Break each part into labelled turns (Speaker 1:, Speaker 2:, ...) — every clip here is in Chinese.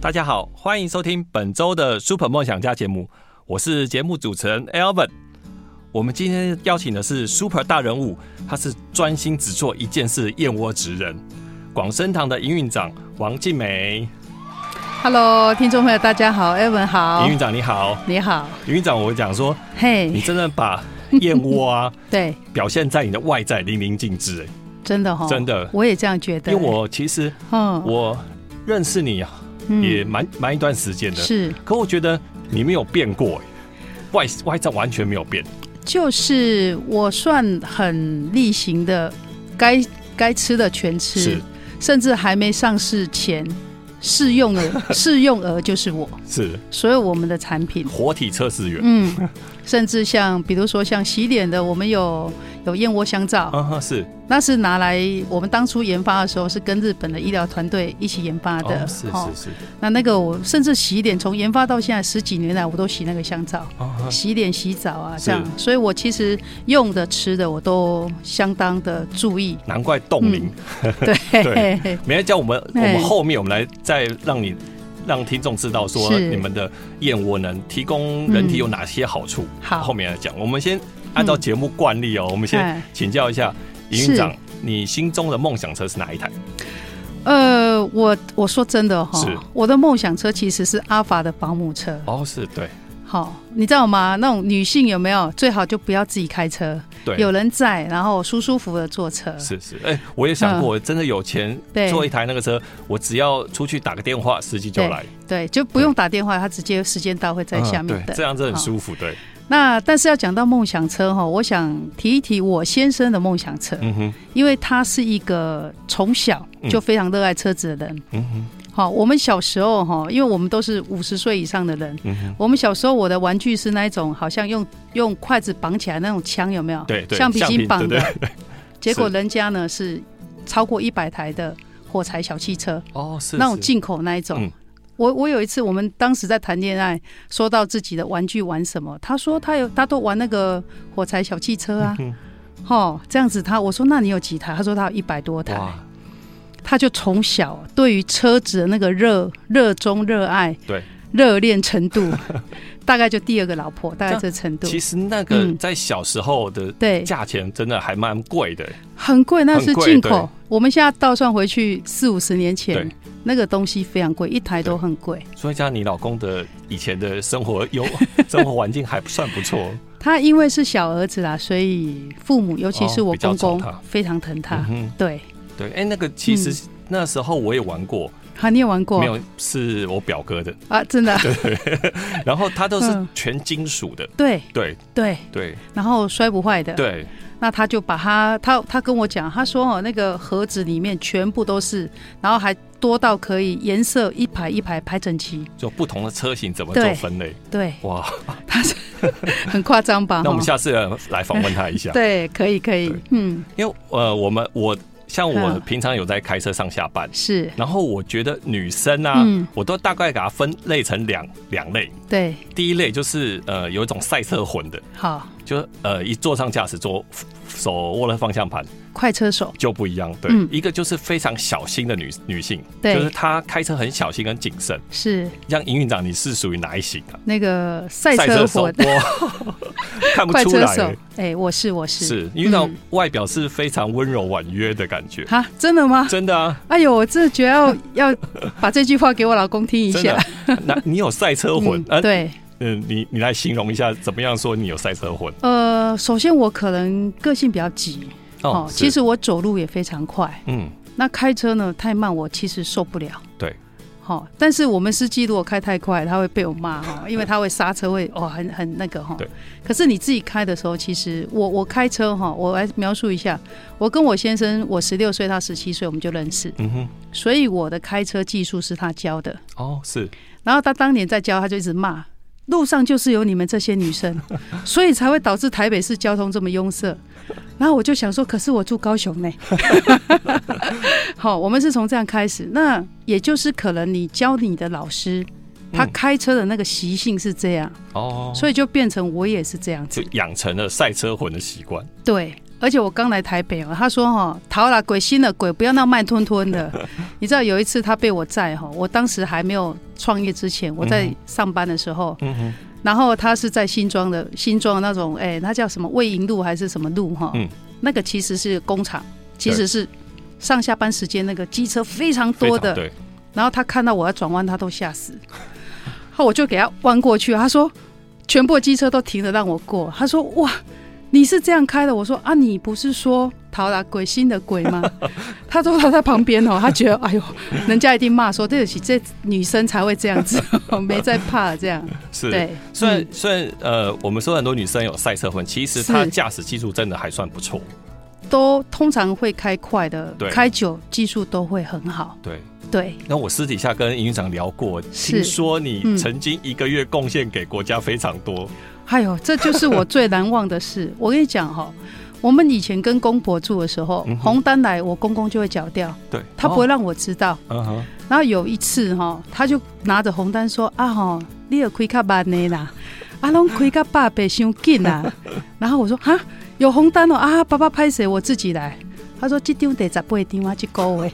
Speaker 1: 大家好，欢迎收听本周的 Super 梦想家节目，我是节目主持人 Alvin。我们今天邀请的是 Super 大人物，他是专心只做一件事，燕窝职人，广生堂的营运长王静美。
Speaker 2: Hello，听众朋友，大家好，Evan 好
Speaker 1: 营，运长你好，
Speaker 2: 你好，
Speaker 1: 营运长，我讲说你
Speaker 2: 嘿，
Speaker 1: 真的把燕窝啊
Speaker 2: 对，
Speaker 1: 表现在你的外在淋漓尽致，哎
Speaker 2: 真的哈、哦
Speaker 1: 真的
Speaker 2: 我也这样觉得，
Speaker 1: 因为我其实
Speaker 2: 嗯，
Speaker 1: 我认识你啊
Speaker 2: 嗯
Speaker 1: 也蛮蛮一段时间的，
Speaker 2: 是
Speaker 1: 可我觉得你没有变过、哎外外在完全没有变。
Speaker 2: 就是我算很例行的，该该吃的全吃
Speaker 1: 是，
Speaker 2: 甚至还没上市前。试用 的试用额就是我，
Speaker 1: 是
Speaker 2: 所有我们的产品，
Speaker 1: 活体测试员，
Speaker 2: 嗯，甚至像比如说像洗脸的，我们有有燕窝香皂，
Speaker 1: 啊哈是
Speaker 2: 那是拿来我们当初研发的时候是跟日本的医疗团队一起研发的，
Speaker 1: 哦是
Speaker 2: 哦
Speaker 1: 是是
Speaker 2: 那那个我甚至洗脸，从研发到现在十几年来，我都洗那个香皂，
Speaker 1: 啊哈
Speaker 2: 洗脸、洗澡啊，
Speaker 1: 是
Speaker 2: 这样。所以我其实用的、吃的，我都相当的 注意。
Speaker 1: 难怪冻
Speaker 2: 嗯
Speaker 1: 龄。
Speaker 2: 对，
Speaker 1: 对明天叫我们，我
Speaker 2: 哎
Speaker 1: 们后面我们来再让你让听众知道说
Speaker 2: 是
Speaker 1: 你们的燕窝能提供人体有哪些好处。
Speaker 2: 嗯好嗯
Speaker 1: 后面来讲，我们先按照节目惯例哦，我们先
Speaker 2: 哎
Speaker 1: 请教一下营运长，你心中的梦想车是哪一台？
Speaker 2: 呃，我我说真的哈、
Speaker 1: 是
Speaker 2: 我的梦想车其实是阿法的保姆车。
Speaker 1: 哦，是对
Speaker 2: 好、你知道吗？那种女性有没有最好就不要自己开车，
Speaker 1: 对，
Speaker 2: 有人在，然后舒舒服服的坐车。
Speaker 1: 是是，哎、我也想过，真的有钱
Speaker 2: 嗯对
Speaker 1: 做一台那个车，我只要出去打个电话，司机就来，
Speaker 2: 对，就不用打电话，他直接时间到会在下面
Speaker 1: 嗯对
Speaker 2: 等。
Speaker 1: 这样子很舒服，对，
Speaker 2: 那但是要讲到梦想车哈，我想提一提我先生的梦想车，
Speaker 1: 嗯哼，
Speaker 2: 因为他是一个从小就非常热爱车子的人。
Speaker 1: 嗯哼，
Speaker 2: 好、我们小时候哈，因为我们都是五十岁以上的人，
Speaker 1: 嗯哼，
Speaker 2: 我们小时候我的玩具是那一种好像用用筷子绑起来那种枪，有没有？
Speaker 1: 对对，
Speaker 2: 橡皮筋绑
Speaker 1: 对
Speaker 2: 的。
Speaker 1: 对对
Speaker 2: 结果人家呢是超过一百台的火柴小汽车，
Speaker 1: 哦，是
Speaker 2: 那种
Speaker 1: 是
Speaker 2: 进口那一种。
Speaker 1: 嗯
Speaker 2: 我我有一次，我们当时在谈恋爱，说到自己的玩具玩什么，他说他有他都玩那个火柴小汽车啊，
Speaker 1: 嗯
Speaker 2: 哦，这样子他我说那你有几台？他说他有一百多台，
Speaker 1: 哇，
Speaker 2: 他就从小对于车子的那个热热衷、热爱、
Speaker 1: 对
Speaker 2: 热恋 程度，大概就第二个老婆，大概这程度，
Speaker 1: 其实那个
Speaker 2: 嗯
Speaker 1: 在小时候的
Speaker 2: 对，
Speaker 1: 价钱真的还蛮贵的，
Speaker 2: 很贵，那是
Speaker 1: 很贵
Speaker 2: 进
Speaker 1: 对
Speaker 2: 口。我们现在倒算回去四五十年前
Speaker 1: 对，
Speaker 2: 那个东西非常贵，一台都
Speaker 1: 对
Speaker 2: 很贵。
Speaker 1: 所以加你老公的以前的生活有生活环境还算不 错，
Speaker 2: 他因为是小儿子啦，所以父母，尤其是
Speaker 1: 哦
Speaker 2: 我
Speaker 1: 比较
Speaker 2: 公
Speaker 1: 宠
Speaker 2: 公，
Speaker 1: 他
Speaker 2: 非常疼他。
Speaker 1: 嗯哼，
Speaker 2: 对，
Speaker 1: 对，哎，那个其实
Speaker 2: 嗯
Speaker 1: 那时候我也玩过，
Speaker 2: 啊哈，你也玩过
Speaker 1: 没有是我表哥的，
Speaker 2: 啊？真的啊，
Speaker 1: 然后它都是
Speaker 2: 嗯
Speaker 1: 全金属的，
Speaker 2: 对
Speaker 1: 对
Speaker 2: 对，
Speaker 1: 对
Speaker 2: 然后摔不坏的。，
Speaker 1: 对，
Speaker 2: 那他就把他他他跟我讲，他说哦，那个盒子里面全部都是，然后还多到可以颜色一排一排排整齐。
Speaker 1: 就不同的车型怎么做
Speaker 2: 对
Speaker 1: 分类，
Speaker 2: 对，啊
Speaker 1: 哇，
Speaker 2: 很夸张吧？
Speaker 1: 那我们
Speaker 2: 哈
Speaker 1: 下次来访问他一下，
Speaker 2: 对，可以可以
Speaker 1: 对，
Speaker 2: 嗯，
Speaker 1: 因为呃，我们我像我
Speaker 2: 嗯
Speaker 1: 平常有在开车上下班。
Speaker 2: 是，
Speaker 1: 然后我觉得女生啊，
Speaker 2: 嗯
Speaker 1: 我都大概给它分类成两两类。
Speaker 2: 对，
Speaker 1: 第一类就是呃有一种赛车魂的，
Speaker 2: 好，
Speaker 1: 就是呃一坐上驾驶座，手握了方向盘
Speaker 2: 快车手，
Speaker 1: 就不一样。对，
Speaker 2: 嗯
Speaker 1: 一个就是非常小心的女女性，
Speaker 2: 对
Speaker 1: 就是她开车很小心跟谨慎。
Speaker 2: 是
Speaker 1: 像营运长，你是属于哪一型啊？
Speaker 2: 那个赛车
Speaker 1: 车手，
Speaker 2: 火
Speaker 1: 哇看不
Speaker 2: 快
Speaker 1: 出
Speaker 2: 车
Speaker 1: 来、
Speaker 2: 手，哎、我是我是
Speaker 1: 是营运长
Speaker 2: 嗯
Speaker 1: 外表是非常温柔婉约的感觉，
Speaker 2: 哈，真的吗？
Speaker 1: 真的啊，
Speaker 2: 哎呦，我真的觉得要要把这句话给我老公听一
Speaker 1: 真
Speaker 2: 下
Speaker 1: 的。。啊那你有赛车魂呃
Speaker 2: 嗯？对，
Speaker 1: 嗯，你你来形容一下，怎么样说你有赛车魂？
Speaker 2: 呃，首先我可能个性比较急哦，其
Speaker 1: 是
Speaker 2: 实我走路也非常快，
Speaker 1: 嗯，
Speaker 2: 那开车呢太慢，我其实受不了。
Speaker 1: 对。
Speaker 2: 好、但是我们司机如果开太快，他会被我骂哈， 因为他会刹车会哦，很很那个哈。
Speaker 1: 对。
Speaker 2: 可是你自己开的时候，其实我我开车哈，我来描述一下，我跟我先生，我十六岁，他十七岁，我们就认识，
Speaker 1: 嗯哼，
Speaker 2: 所以我的开车技术是他教的。
Speaker 1: 哦，是
Speaker 2: 然后他当年在教，他就一直骂，路上就是有你们这些 女生，所以才会导致台北市交通这么拥塞。然后我就想说，可是我住高雄呢。 好，我们是从这样开始。那也就是可能你教你的老师，他
Speaker 1: 嗯
Speaker 2: 开车的那个习性是这样，
Speaker 1: 哦，
Speaker 2: 所以就变成我也是这样
Speaker 1: 就
Speaker 2: 子。
Speaker 1: 养成了赛车魂的习惯。
Speaker 2: 对，而且我刚来台北哦，他说哈、哦，逃啦鬼新的鬼，不要那慢吞 吞的。你知道有一次他被我载哈、我当时还没有创业之前，我在
Speaker 1: 嗯
Speaker 2: 上班的时候，
Speaker 1: 嗯哼，
Speaker 2: 然后他是在新庄的新庄的那种，哎、那叫什么卫营路还是什么路哈？
Speaker 1: 嗯
Speaker 2: 那个其实是工厂，其实是上下班时间那个机车非常多
Speaker 1: 非常
Speaker 2: 的。
Speaker 1: 对，
Speaker 2: 然后他看到我要转弯，他都吓死。 然后我就给他弯过去，他说全部机车都停着让我过。他说哇，你是这样开的？我说啊，你不是说逃啦鬼新的鬼 吗？他说他在旁边哦，他觉得哎呦，人家一定骂说对不起，这女生才会这样子， 没在怕这样。
Speaker 1: 是。
Speaker 2: 对，
Speaker 1: 虽然、
Speaker 2: 嗯
Speaker 1: 虽然呃，我们说很多女生有赛车魂，其实她
Speaker 2: 是
Speaker 1: 驾驶技术真的还算不错。
Speaker 2: 都通常会开快的
Speaker 1: 对，
Speaker 2: 开久技术都会很好。
Speaker 1: 对，
Speaker 2: 对，
Speaker 1: 那我私底下跟营运长聊过，
Speaker 2: 是
Speaker 1: 听说你
Speaker 2: 嗯
Speaker 1: 曾经一个月贡献给国家非常多。
Speaker 2: 还有哎这就是 我最难忘的事。我跟你讲哈、我们以前跟公婆住的时候，
Speaker 1: 嗯哼
Speaker 2: 红单来我公公就会缴掉，
Speaker 1: 对，哦
Speaker 2: 他不会让我知道。
Speaker 1: 哦。嗯哼，
Speaker 2: 然后有一次哈、他就拿着红单说：“啊吼、你有开卡慢的啦， 啊拢开卡八百伤紧 啦。”然后我说：“哈，有红单哦啊，爸爸拍谁我自己来。”他说：“这丢得咋不会丢啊？这够 哎，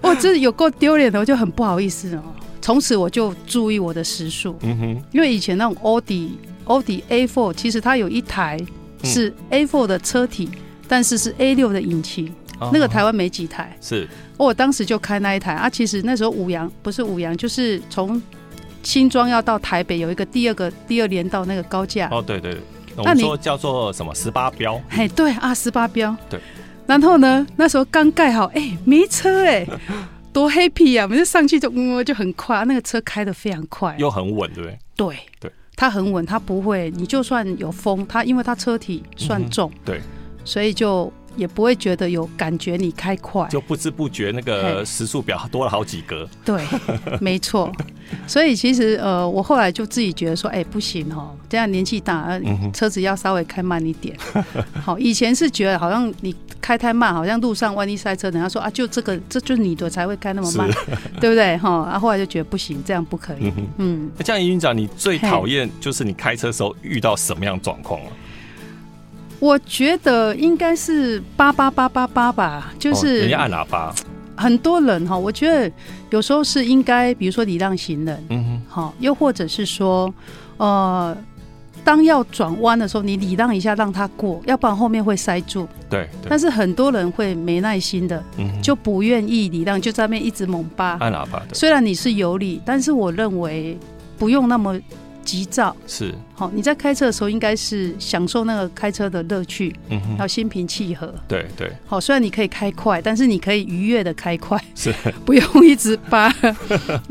Speaker 2: 我真的有够丢脸的，我就很不好意思哦。从此我就注意我的时速，
Speaker 1: 嗯哼，
Speaker 2: 因为以前那种奥迪奥迪 A4，其实它有一台
Speaker 1: 嗯
Speaker 2: 是 A4 的车体，但是是 A6 的引擎，那个
Speaker 1: 哦
Speaker 2: 台湾没几台。
Speaker 1: 是
Speaker 2: 哦我当时就开那一台啊，其实那时候五羊不是五羊，就是从新庄要到台北有一个第二个第二连道那个高架，
Speaker 1: 哦，对对对，我
Speaker 2: 啊那
Speaker 1: 们
Speaker 2: 你
Speaker 1: 说叫做什么十八标，
Speaker 2: 嘿，对啊，十八标，
Speaker 1: 对。
Speaker 2: 然后呢，那时候刚盖好，哎、没车哎、 多 happy 啊！我们就上去就嗯就很快，那个车开得非常快，
Speaker 1: 又很稳，对不对？
Speaker 2: 对
Speaker 1: 对，
Speaker 2: 它很稳，它不会，你就算有风，它因为它车体算重，
Speaker 1: 嗯对，
Speaker 2: 所以就也不会觉得有感觉你开快，
Speaker 1: 就不知不觉那个
Speaker 2: 哎嘿
Speaker 1: 时速表多了好几格。
Speaker 2: 对，没错。所以其实呃，我后来就自己觉得说，哎、不行哦，这样年纪大，呃
Speaker 1: 嗯哼
Speaker 2: 车子要稍微开慢一点。 好，以前是觉得好像你开太慢，好像路上万一塞车，人家说啊，就这个，这就是你的才会开那么慢， 对不对？哈、啊，后来就觉得不行，这样不可以。
Speaker 1: 嗯哼，
Speaker 2: 嗯，
Speaker 1: 那这样，营运长，你最
Speaker 2: 嘿
Speaker 1: 讨厌就是你开车时候遇到什么样的状况啊？
Speaker 2: 我觉得应该是八八八八八吧，就
Speaker 1: 哦人
Speaker 2: 是
Speaker 1: 家按喇叭，
Speaker 2: 很多人哈、我觉得有时候是应该，比如说礼让行人，
Speaker 1: 嗯哼，
Speaker 2: 好、又或者是说，呃，当要转弯的时候，你礼让一下让他过，要不然后面会塞住。
Speaker 1: 对对，
Speaker 2: 但是很多人会没耐心的，
Speaker 1: 嗯啊哼
Speaker 2: 就不愿意礼让，就在那边一直猛扒。
Speaker 1: 按喇叭的，
Speaker 2: 虽然你是有理，但是我认为不用那么急躁。
Speaker 1: 是，
Speaker 2: 好、你在开车的时候应该是享受那个开车的乐趣，
Speaker 1: 嗯哼，
Speaker 2: 要心平气和。
Speaker 1: 对对，
Speaker 2: 好、虽然你可以开快，但是你可以愉悦的开快，
Speaker 1: 是
Speaker 2: 不用一直扒，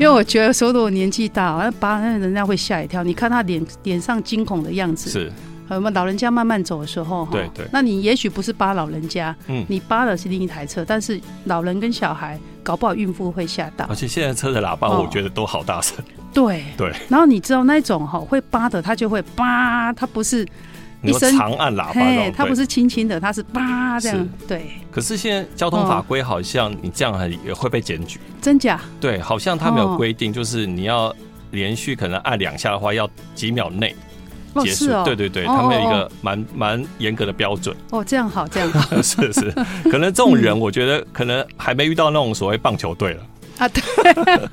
Speaker 2: 因为我觉得说如果年纪大，那扒那人家会吓一跳。你看他脸脸上惊恐的样子，
Speaker 1: 是，
Speaker 2: 我们老人家慢慢走的时候，哈
Speaker 1: 对对
Speaker 2: 那你也许不是扒老人家，
Speaker 1: 嗯
Speaker 2: 你扒的是另一台车，但是老人跟小孩，搞不好孕妇会吓到
Speaker 1: 而。且现在车的喇叭，
Speaker 2: 哦
Speaker 1: 我觉得都好大声，
Speaker 2: 对
Speaker 1: 啊对，
Speaker 2: 然后你知道那种哈会扒的，他就会扒，他不是
Speaker 1: 你说
Speaker 2: 一声
Speaker 1: 长按喇叭那种，
Speaker 2: 他不
Speaker 1: 对。
Speaker 2: 是轻轻的，他是扒这样，对，
Speaker 1: 可是现在交通法规好像你这样很也会被检举，
Speaker 2: 真假？
Speaker 1: 对，好像他没有
Speaker 2: 哦
Speaker 1: 规定，就是你要连续可能按两下的话，要几秒内
Speaker 2: 哦，
Speaker 1: 结束。
Speaker 2: 是哦，
Speaker 1: 对对对，
Speaker 2: 哦
Speaker 1: 他们有一
Speaker 2: 哦
Speaker 1: 个蛮蛮严格的标准。
Speaker 2: 哦，这样好，这样好
Speaker 1: 是是，可能这种
Speaker 2: 嗯
Speaker 1: 人，我觉得可能还没遇到那种所谓棒球队 了，
Speaker 2: 啊！对，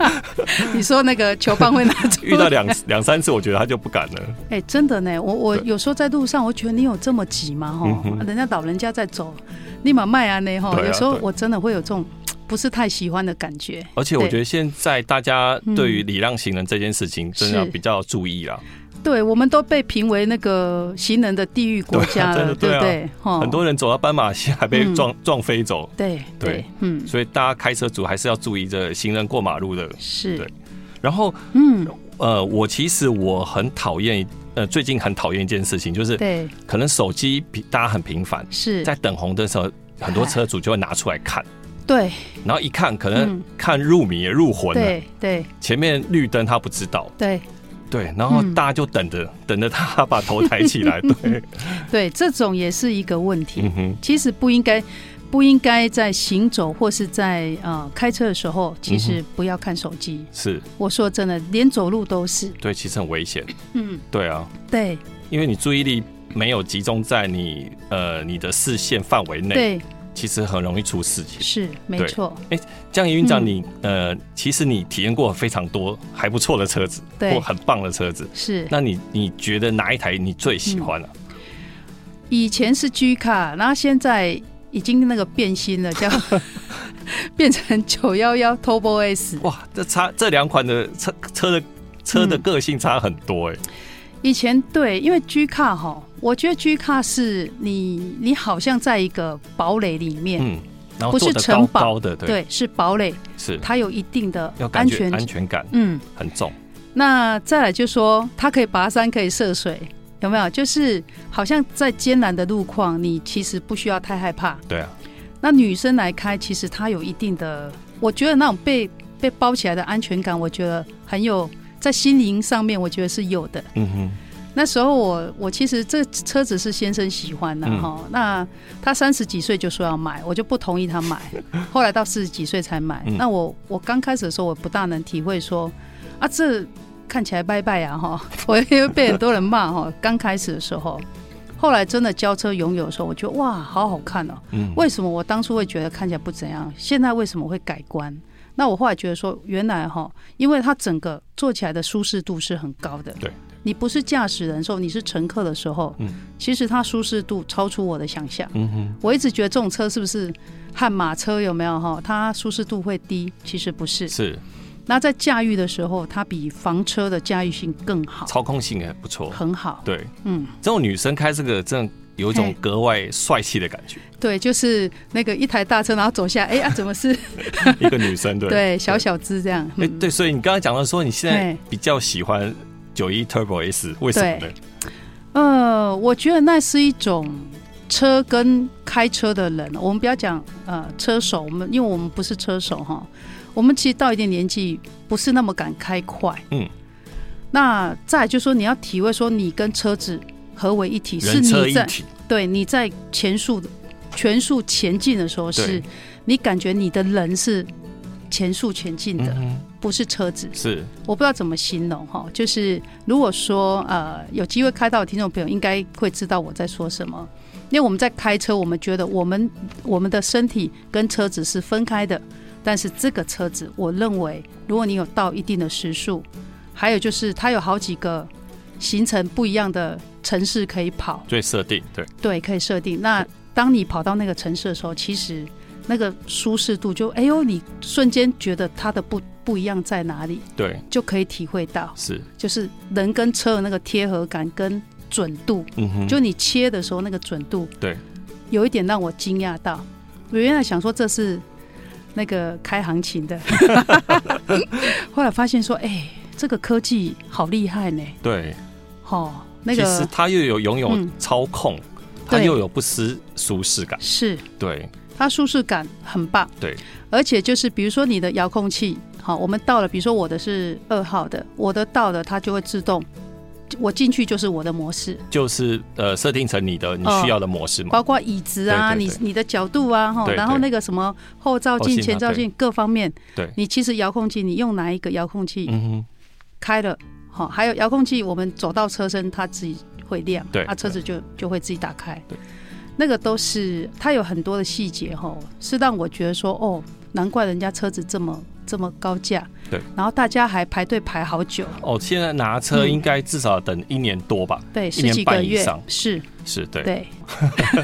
Speaker 2: 你说那个球棒会拿出
Speaker 1: 遇到两两三次，我觉得他就不敢了。
Speaker 2: 哎、真的呢，我我
Speaker 1: 对
Speaker 2: 有时候在路上，我觉得你有这么急吗？哈、
Speaker 1: 嗯哼
Speaker 2: 人家老人家在走，立马迈安呢哈。
Speaker 1: 对啊
Speaker 2: 有时候
Speaker 1: 对
Speaker 2: 我真的会有这种不是太喜欢的感觉。
Speaker 1: 而且我
Speaker 2: 对
Speaker 1: 觉得现在大家对于礼让行人这件事情，真的要
Speaker 2: 嗯是
Speaker 1: 比较注意啦。
Speaker 2: 对，我们都被评为那个行人的地狱国家
Speaker 1: 对啊
Speaker 2: 了，对
Speaker 1: 真的
Speaker 2: 不对？哈
Speaker 1: 很多人走到斑马线还被
Speaker 2: 哦嗯
Speaker 1: 撞、撞飞走，
Speaker 2: 对
Speaker 1: 对
Speaker 2: 对，嗯，
Speaker 1: 所以大家开车族还是要注意这行人过马路的。
Speaker 2: 是
Speaker 1: 对，然后
Speaker 2: 嗯，
Speaker 1: 呃，我其实我很讨厌，呃，最近很讨厌一件事情，就是
Speaker 2: 对，
Speaker 1: 可能手机比大家很频繁，
Speaker 2: 是，
Speaker 1: 在等红灯的时候，很多车主就会拿出来看，
Speaker 2: 对，
Speaker 1: 然后一看可能
Speaker 2: 嗯
Speaker 1: 看入迷也入魂了，
Speaker 2: 对，对，
Speaker 1: 前面绿灯他不知道，
Speaker 2: 对，
Speaker 1: 对，然后
Speaker 2: 嗯
Speaker 1: 大家就等着等着他把头抬起 来，对，
Speaker 2: 对，这种也是一个问题。
Speaker 1: 嗯哼，
Speaker 2: 其实不应该，不应该在行走或是在呃开车的时
Speaker 1: 嗯
Speaker 2: 候，其实不要看手机。
Speaker 1: 是
Speaker 2: 我说真的，连走路都是。
Speaker 1: 对，其实很危险，
Speaker 2: 嗯，
Speaker 1: 对啊，
Speaker 2: 对
Speaker 1: 因为你注意力没有集中在你呃你的视线范围内，
Speaker 2: 对，
Speaker 1: 其实很容易出事情。
Speaker 2: 是没
Speaker 1: 对
Speaker 2: 错。
Speaker 1: 江怡院长
Speaker 2: 嗯
Speaker 1: 你，呃，其实你体验过非常多还不错的车子，
Speaker 2: 对
Speaker 1: 或很棒的车子。
Speaker 2: 是
Speaker 1: 那你你觉得哪一台你最喜欢啊？
Speaker 2: 以前是 G 卡，然后现在已经那个变 心了，叫变成九幺幺 Turbo S。
Speaker 1: 哇，这差这两款的车车的车的个性差很多哎、
Speaker 2: 以前对，因为 G 卡哈，我觉得 G 卡是你你好像在一个堡垒里面，
Speaker 1: 嗯，然后
Speaker 2: 不是
Speaker 1: 做的高
Speaker 2: 城堡
Speaker 1: 高的，对，
Speaker 2: 对，是堡垒，
Speaker 1: 是
Speaker 2: 它有一定的
Speaker 1: 要感
Speaker 2: 安
Speaker 1: 觉
Speaker 2: 全。
Speaker 1: 安全感
Speaker 2: 嗯，
Speaker 1: 很重，
Speaker 2: 那再来就说，它可以跋山，可以涉水，有没有？就是好像在艰难的路况，你其实不需要太害怕。
Speaker 1: 对啊，
Speaker 2: 那女生来开，其实她有一定的，我觉得那种被被包起来的安全感，我觉得很有在心灵上面，我觉得是有的。
Speaker 1: 嗯哼，
Speaker 2: 那时候我我其实这车子是先生喜欢的
Speaker 1: 嗯
Speaker 2: 哈、那他三十几岁就说要买，我就不同意 他买，后来到四十几岁才买。
Speaker 1: 嗯
Speaker 2: 那我我刚开始的时候我不大能体会说啊这看起来拜拜啊哈， 我也被很多人骂哈。刚开始的时候，后来真的交车拥有的时候，我觉得哇好好看哦、
Speaker 1: 嗯，
Speaker 2: 为什么我当初会觉得看起来不怎样，现在为什么会改观？那我后来觉得说，原来哈，因为它整个做起来的舒适度是很高的。
Speaker 1: 对，
Speaker 2: 你不是驾驶人的时候，你是乘客的时候，
Speaker 1: 嗯
Speaker 2: 其实它舒适度超出我的想象。
Speaker 1: 嗯哼，
Speaker 2: 我一直觉得这种车是不是悍马车有没有哈？它舒适度会低，其实不是。
Speaker 1: 是
Speaker 2: 那在驾驭的时候，它比房车的驾驭性更好，
Speaker 1: 操控性也不错，
Speaker 2: 很好。
Speaker 1: 对，
Speaker 2: 嗯，
Speaker 1: 这种女生开这个真的有一种
Speaker 2: 嘿
Speaker 1: 格外帅气的感 觉，
Speaker 2: 对，就是那个一台大车，然后走下，哎、呀、怎么是
Speaker 1: 一个女生对。
Speaker 2: 对小小只这样？
Speaker 1: 哎、
Speaker 2: 嗯
Speaker 1: 对，所以你刚刚讲到说你现在
Speaker 2: 嘿
Speaker 1: 比较喜欢九一 Turbo S，为什么呢？
Speaker 2: 呃，我觉得那是一种车跟开车的人，我们不要讲呃车手，我们因为我们不是车手哈，我们其实到一定年纪不是那么敢开快，
Speaker 1: 嗯。
Speaker 2: 那再来就是说，你要体会说你跟车子合为一体，是
Speaker 1: 人车
Speaker 2: 你
Speaker 1: 一
Speaker 2: 在
Speaker 1: 体，
Speaker 2: 对你在前速的全速前进的时候是，
Speaker 1: 对
Speaker 2: 你感觉你的人是前速前进的，
Speaker 1: 嗯
Speaker 2: 不是车子
Speaker 1: 哼，。是
Speaker 2: 我不知道怎么形容哈，就是如果说呃有机会开到的听众朋友，应该会知道我在说什么。因为我们在开车，我们觉得我们我们的身体跟车子是分开的，但是这个车子，我认为如果你有到一定的时速，还有就是它有好几个行程不一样的城市可以跑，
Speaker 1: 对设定，对，
Speaker 2: 对，可以设定。那当你跑到那个城市的时候，其实那个舒适度就哎呦，你瞬间觉得它的不不一样在哪里，
Speaker 1: 对，
Speaker 2: 就可以体会到。
Speaker 1: 是，
Speaker 2: 就是人跟车的那个贴合感跟准度，
Speaker 1: 嗯哼，
Speaker 2: 就你切的时候那个准度，
Speaker 1: 对，
Speaker 2: 有一点让我惊讶到。我原来想说这是那个开行 情的， 后来发现说，哎、这个科技好厉害呢，
Speaker 1: 对，
Speaker 2: 哦，那
Speaker 1: 其实
Speaker 2: 个
Speaker 1: 它又有拥有
Speaker 2: 嗯
Speaker 1: 操控，它
Speaker 2: 对
Speaker 1: 又有不失舒适感，
Speaker 2: 是
Speaker 1: 对，
Speaker 2: 它舒适感很棒，
Speaker 1: 对，
Speaker 2: 而且就是比如说你的遥控器，好，我们到了，比如说我的是二号的，我的到了它就会自动，我进去就是我的模式，
Speaker 1: 就是呃设定成你的你需要的模式嘛，
Speaker 2: 包括椅子啊，
Speaker 1: 嗯对对
Speaker 2: 你
Speaker 1: 对
Speaker 2: 你的角度啊，哈
Speaker 1: 对，对
Speaker 2: 然后那个什么后照
Speaker 1: 后
Speaker 2: 镜、
Speaker 1: 镜啊
Speaker 2: 前照镜各方面，
Speaker 1: 对
Speaker 2: 你其实遥控器你用哪一个遥控器
Speaker 1: 嗯哼，
Speaker 2: 开了，好，还有遥控器我们走到车身它自己会亮，
Speaker 1: 对
Speaker 2: 啊，车子就就会自己打开
Speaker 1: 对，
Speaker 2: 那个都是它有很多的细节哈，是让我觉得说哦，难怪人家车子这么这么高价，
Speaker 1: 对，
Speaker 2: 然后大家还排队排好久，
Speaker 1: 哦，现在拿车应该至少等一年多吧，
Speaker 2: 对，
Speaker 1: 一
Speaker 2: 十
Speaker 1: 年
Speaker 2: 几个
Speaker 1: 半以
Speaker 2: 月
Speaker 1: 上
Speaker 2: 是，
Speaker 1: 是对，
Speaker 2: 对，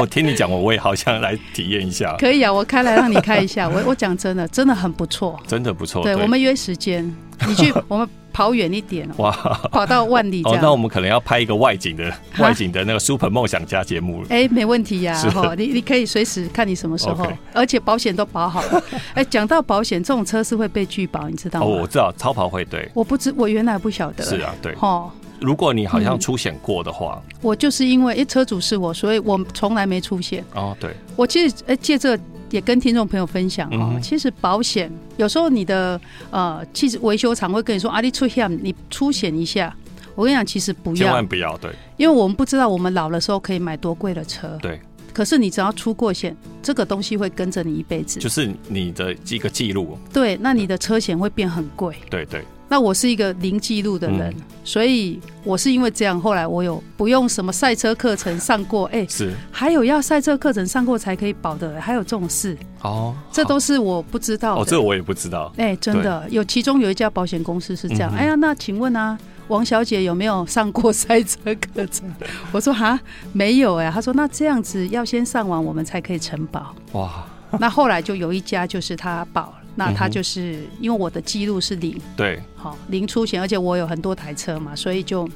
Speaker 1: 我听你讲，我我也好想来体验一下，
Speaker 2: 可以啊，我开来让你开一下，我我讲真的，真的很不错。
Speaker 1: 真的不错，
Speaker 2: 对，我们约时间，你去，我们跑远一点，哦
Speaker 1: 哇，
Speaker 2: 跑到万里这
Speaker 1: 哦，那我
Speaker 2: 样。
Speaker 1: 们可能要拍一个外景的外景的那个 Super 梦想家节目了。
Speaker 2: 哎、没问题呀、
Speaker 1: 是
Speaker 2: 哈，你你可以随时看你什么时候
Speaker 1: OK
Speaker 2: 而且保险都保好 了。哎、讲到保险，这种车是会被拒保，你知道
Speaker 1: 哦，
Speaker 2: 吗？
Speaker 1: 我知道超跑会对，
Speaker 2: 我不知，我原来不晓得。
Speaker 1: 是啊，对。
Speaker 2: 哦，
Speaker 1: 如果你好像出险过的话，
Speaker 2: 我就是因为哎、车主是我，所以我从来没出现。
Speaker 1: 哦，对，
Speaker 2: 我其实呃借这也跟听众朋友分享哦，
Speaker 1: 嗯
Speaker 2: 其实保险有时候你的呃，其实维修厂会跟你说啊，你出险你出险一下。我跟你讲，其实不
Speaker 1: 千
Speaker 2: 要
Speaker 1: 万，不要对，
Speaker 2: 因为我们不知道我们老的时候可以买多贵的车。
Speaker 1: 对。
Speaker 2: 可是你只要出过险，这个东西会跟着你一辈子。
Speaker 1: 就是你的一个记录，
Speaker 2: 对，那你的车险会变很贵。
Speaker 1: 对对，
Speaker 2: 那我是一个零记录的人，
Speaker 1: 嗯
Speaker 2: 所以我是因为这样，后来我有不用什么赛车课程上过，哎、
Speaker 1: 是
Speaker 2: 还有要赛车课程上过才可以保的，还有这种事，
Speaker 1: 哦，
Speaker 2: 这
Speaker 1: 好
Speaker 2: 都是我不知道
Speaker 1: 哦，
Speaker 2: 的。
Speaker 1: 这我也不知道，
Speaker 2: 哎、真的有，其中有一家保险公司是这样。
Speaker 1: 嗯哼
Speaker 2: 哎呀，那请问啊，王小姐有没有上过赛车课程？ 我说哈，没有哎、她说那这样子要先上完，我们才可以 承保。
Speaker 1: 哇，
Speaker 2: 那后来就有一家就是他保了，那
Speaker 1: 嗯
Speaker 2: 他
Speaker 1: 哼
Speaker 2: 就是、因为我的记录是零，
Speaker 1: 对，
Speaker 2: 好零出险，而且我有很多台车嘛，所以就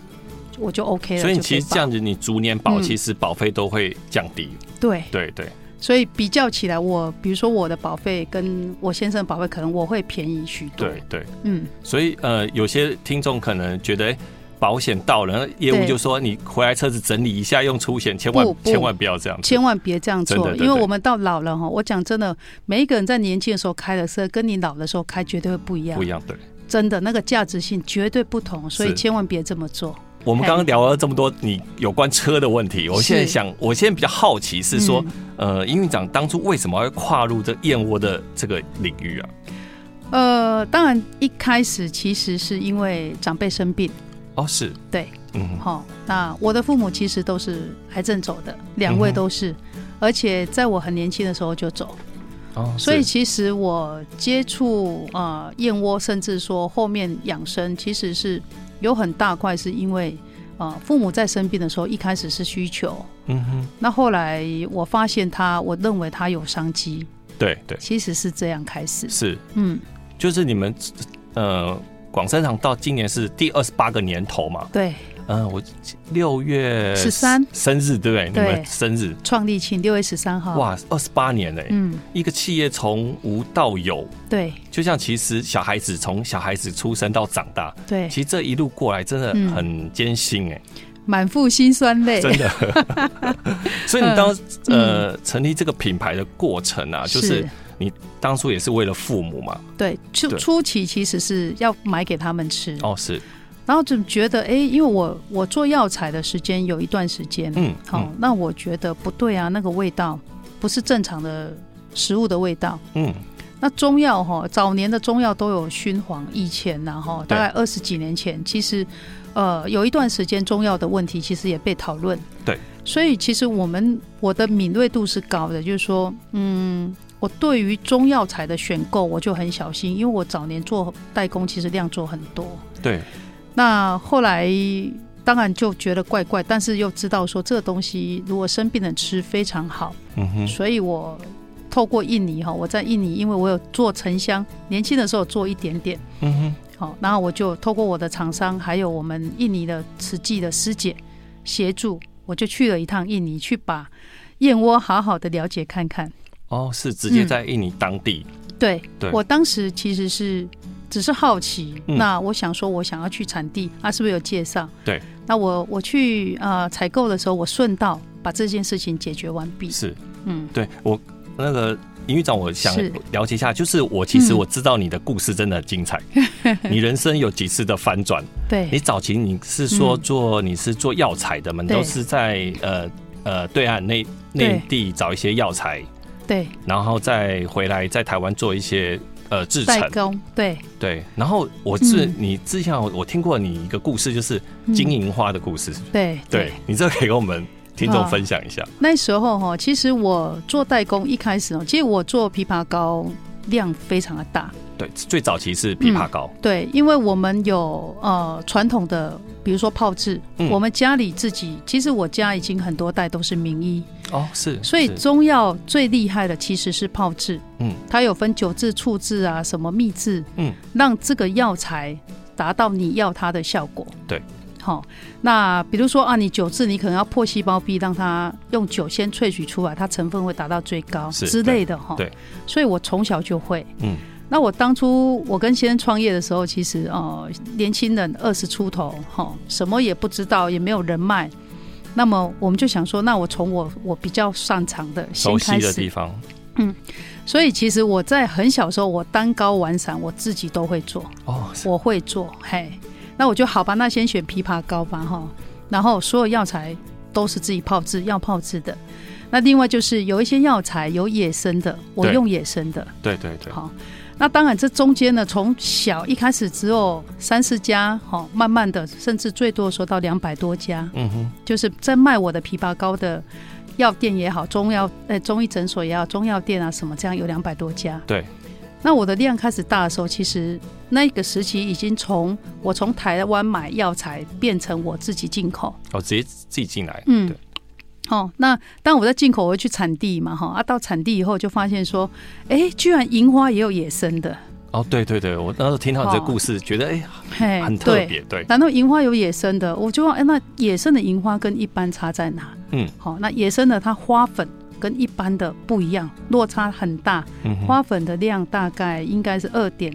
Speaker 2: 我就 OK 了。
Speaker 1: 所以
Speaker 2: 就
Speaker 1: 你
Speaker 2: 可
Speaker 1: 其实
Speaker 2: 保
Speaker 1: 这样子，你逐年保，
Speaker 2: 嗯
Speaker 1: 其实保费都会降低，
Speaker 2: 对，
Speaker 1: 对对，
Speaker 2: 所以比较起来我，比如说我的保费跟我先生的保费，可能我会便宜许多。
Speaker 1: 对，对，
Speaker 2: 嗯，
Speaker 1: 所以呃，有些听众可能觉得。诶哎保险到了，业务
Speaker 2: 对
Speaker 1: 就说你回来车子整理一下，用出险，千万
Speaker 2: 不不
Speaker 1: 千万不要这样子。
Speaker 2: 千万别这样
Speaker 1: 真
Speaker 2: 做，
Speaker 1: 的真
Speaker 2: 因
Speaker 1: 的
Speaker 2: 为我们到老了哈，我讲真的，每一个人在年轻的时候开的车，跟你老的时候开绝对会不一样
Speaker 1: 不，一样，对。
Speaker 2: 真的那个价值性绝对不同，所以
Speaker 1: 是
Speaker 2: 千万别这么做。
Speaker 1: 我们刚刚聊了这么多你有关车的问题，我现在想，我现在比较好奇是说，
Speaker 2: 嗯
Speaker 1: 呃，营运长当初为什么会跨入这燕窝的这个领域啊？
Speaker 2: 呃，当然一开始其实是因为长辈生病，
Speaker 1: 哦，是，
Speaker 2: 对，
Speaker 1: 嗯，
Speaker 2: 哈、那我的父母其实都是癌症走的，两位
Speaker 1: 嗯哼
Speaker 2: 都是，而且在我很年轻的时候就走。
Speaker 1: 哦，
Speaker 2: 所以
Speaker 1: 是
Speaker 2: 其实我接触呃燕窝，甚至说后面养生，其实是有很大块是因为呃父母在生病的时候，一开始是需求，
Speaker 1: 嗯哼，
Speaker 2: 那后来我发现他，我认为他有商机，
Speaker 1: 对对，
Speaker 2: 其实是这样开始。
Speaker 1: 是，
Speaker 2: 嗯，
Speaker 1: 就是你们呃，广生堂到今年是第二十八个年头嘛，
Speaker 2: 对，
Speaker 1: 嗯、我六月
Speaker 2: 13
Speaker 1: 生日，对不对？你
Speaker 2: 对
Speaker 1: 们生日，
Speaker 2: 创立庆六月十三号，，
Speaker 1: 哇，二十八年嘞、
Speaker 2: 嗯，
Speaker 1: 一个企业从无到有，
Speaker 2: 对
Speaker 1: 就像其实小孩子从小孩子出生到长大，
Speaker 2: 对，
Speaker 1: 其实这一路过来真的
Speaker 2: 哎嗯哎
Speaker 1: 很艰辛哎、
Speaker 2: 满腹辛酸泪，
Speaker 1: 真的。所以你当
Speaker 2: 嗯
Speaker 1: 呃成立这个品牌的过程啊，就是当初也是为了父母嘛。
Speaker 2: 对，初
Speaker 1: 对
Speaker 2: 初期其实是要买给他们吃，
Speaker 1: 哦，是，
Speaker 2: 然后就觉得，哎，因为我我做药材的时间有一段时间，
Speaker 1: 嗯，
Speaker 2: 好、那我觉得不对啊，那个味道不是正常的食物的味道。
Speaker 1: 嗯，
Speaker 2: 那中药哈，早年的中药都有熏黄，以前然、后
Speaker 1: 对
Speaker 2: 大概二十几年前，其实呃有一段时间中药的问题其实也被讨论。
Speaker 1: 对，
Speaker 2: 所以其实我们我的敏锐度是高的，就是说，嗯，我对于中药材的选购我就很小心，因为我早年做代工，其实量做很多。
Speaker 1: 嗯对，
Speaker 2: 那后来当然就觉得怪怪，但是又知道说这个东西如果生病的人吃非常好，
Speaker 1: 嗯哼，
Speaker 2: 所以我透过印尼哈，我在印尼，因为我有做沉香，年轻的时候做一点点，
Speaker 1: 嗯哼，
Speaker 2: 好，然后我就透过我的厂商，还有我们印尼的慈济的师姐协助，我就去了一趟印尼，去把燕窝好好的了解看看。
Speaker 1: 哦，是直接
Speaker 2: 嗯
Speaker 1: 在印尼当地，
Speaker 2: 对，
Speaker 1: 对
Speaker 2: 我当时其实是只是好奇，
Speaker 1: 嗯
Speaker 2: 那我想说，我想要去产地，啊，是不是有介绍？
Speaker 1: 对，
Speaker 2: 那我我去呃采购的时候，我顺道把这件事情解决完毕。
Speaker 1: 是
Speaker 2: 嗯，
Speaker 1: 对我那个。营运长，我想
Speaker 2: 是
Speaker 1: 了解一下，就是我其实
Speaker 2: 嗯
Speaker 1: 我知道你的故事真的很精 彩，你人生有几次的翻转，你
Speaker 2: 对，
Speaker 1: 早期你是说
Speaker 2: 嗯
Speaker 1: 做、你是做药材的嘛？你
Speaker 2: 对
Speaker 1: 都是在呃呃对岸内内地找一些药材，
Speaker 2: 对，
Speaker 1: 然后再回来在台湾做一些呃制成
Speaker 2: 代。工，对，
Speaker 1: 对，然后我是、
Speaker 2: 嗯
Speaker 1: 你之前我我听过你一个故事，就是
Speaker 2: 嗯
Speaker 1: 金银花的故事。
Speaker 2: 对嗯
Speaker 1: 对。你这可以跟我们听众分享一下。
Speaker 2: 那时候哈，其实我做代工一开始哦，其实我做枇杷膏量非常的大，
Speaker 1: 对，最早期是枇杷膏，
Speaker 2: 对，因为我们有呃传统的，比如说泡制，
Speaker 1: 嗯
Speaker 2: 我们家里自己，其实我家已经很多代都是名医，
Speaker 1: 哦是，
Speaker 2: 所以
Speaker 1: 是
Speaker 2: 中药最厉害的其实是泡制，
Speaker 1: 嗯，
Speaker 2: 它有分酒制、醋制啊，什么秘制，
Speaker 1: 嗯，
Speaker 2: 让这个药材达到你要它的效果。
Speaker 1: 对，
Speaker 2: 好、那比如说啊，你酒质你可能要破细胞壁，让它用酒先萃取出来，它成分会达到最高
Speaker 1: 是
Speaker 2: 之类的哈。
Speaker 1: 对，
Speaker 2: 所以我从小就会。
Speaker 1: 嗯，
Speaker 2: 那我当初我跟先生创业的时候，其实呃，年轻人二十出头哈、什么也不知道，也没有人脉。那么我们就想说，那我从我我比较擅长的先
Speaker 1: 熟悉
Speaker 2: 开
Speaker 1: 的
Speaker 2: 始
Speaker 1: 地，方，
Speaker 2: 所以其实我在很小的时候，我单糕丸散我自己都会做，
Speaker 1: 哦，是
Speaker 2: 我会做，嘿，那我就好吧，那先选枇杷膏吧，哈，然后所有药材都是自己泡制，要泡制的。那另外就是有一些药材有野生的，我
Speaker 1: 对
Speaker 2: 用野生的，
Speaker 1: 对对对，
Speaker 2: 好。那当然，这中间呢，从小一开始只有三四家，哈、慢慢的，甚至最多的时候到两百多家，
Speaker 1: 嗯哼，
Speaker 2: 就是在卖我的枇杷膏的药店也好，中药呃中医诊所也好，中药店啊什么，这样有两百多家。
Speaker 1: 对。
Speaker 2: 那我的量开始大的时候，其实那个时期已经从我从台湾买药材变成我自己进口。
Speaker 1: 哦，直接自己进来，
Speaker 2: 嗯
Speaker 1: 对，
Speaker 2: 哦，那当我在进口，我会去产地嘛，哈啊，到产地以后就发现说，哎，居然银花也有野生的，
Speaker 1: 哦，对对对，我那时候听到你这个故事，觉得哎、
Speaker 2: 嘿，
Speaker 1: 很特
Speaker 2: 对。
Speaker 1: 别，对，
Speaker 2: 难道银花有野生的？我就问，哎，那野生的银花跟一般差在哪？
Speaker 1: 嗯，
Speaker 2: 好、那野生的它花粉跟一般的不一样，落差很大。
Speaker 1: 嗯哼，
Speaker 2: 花粉的量大概应该是二点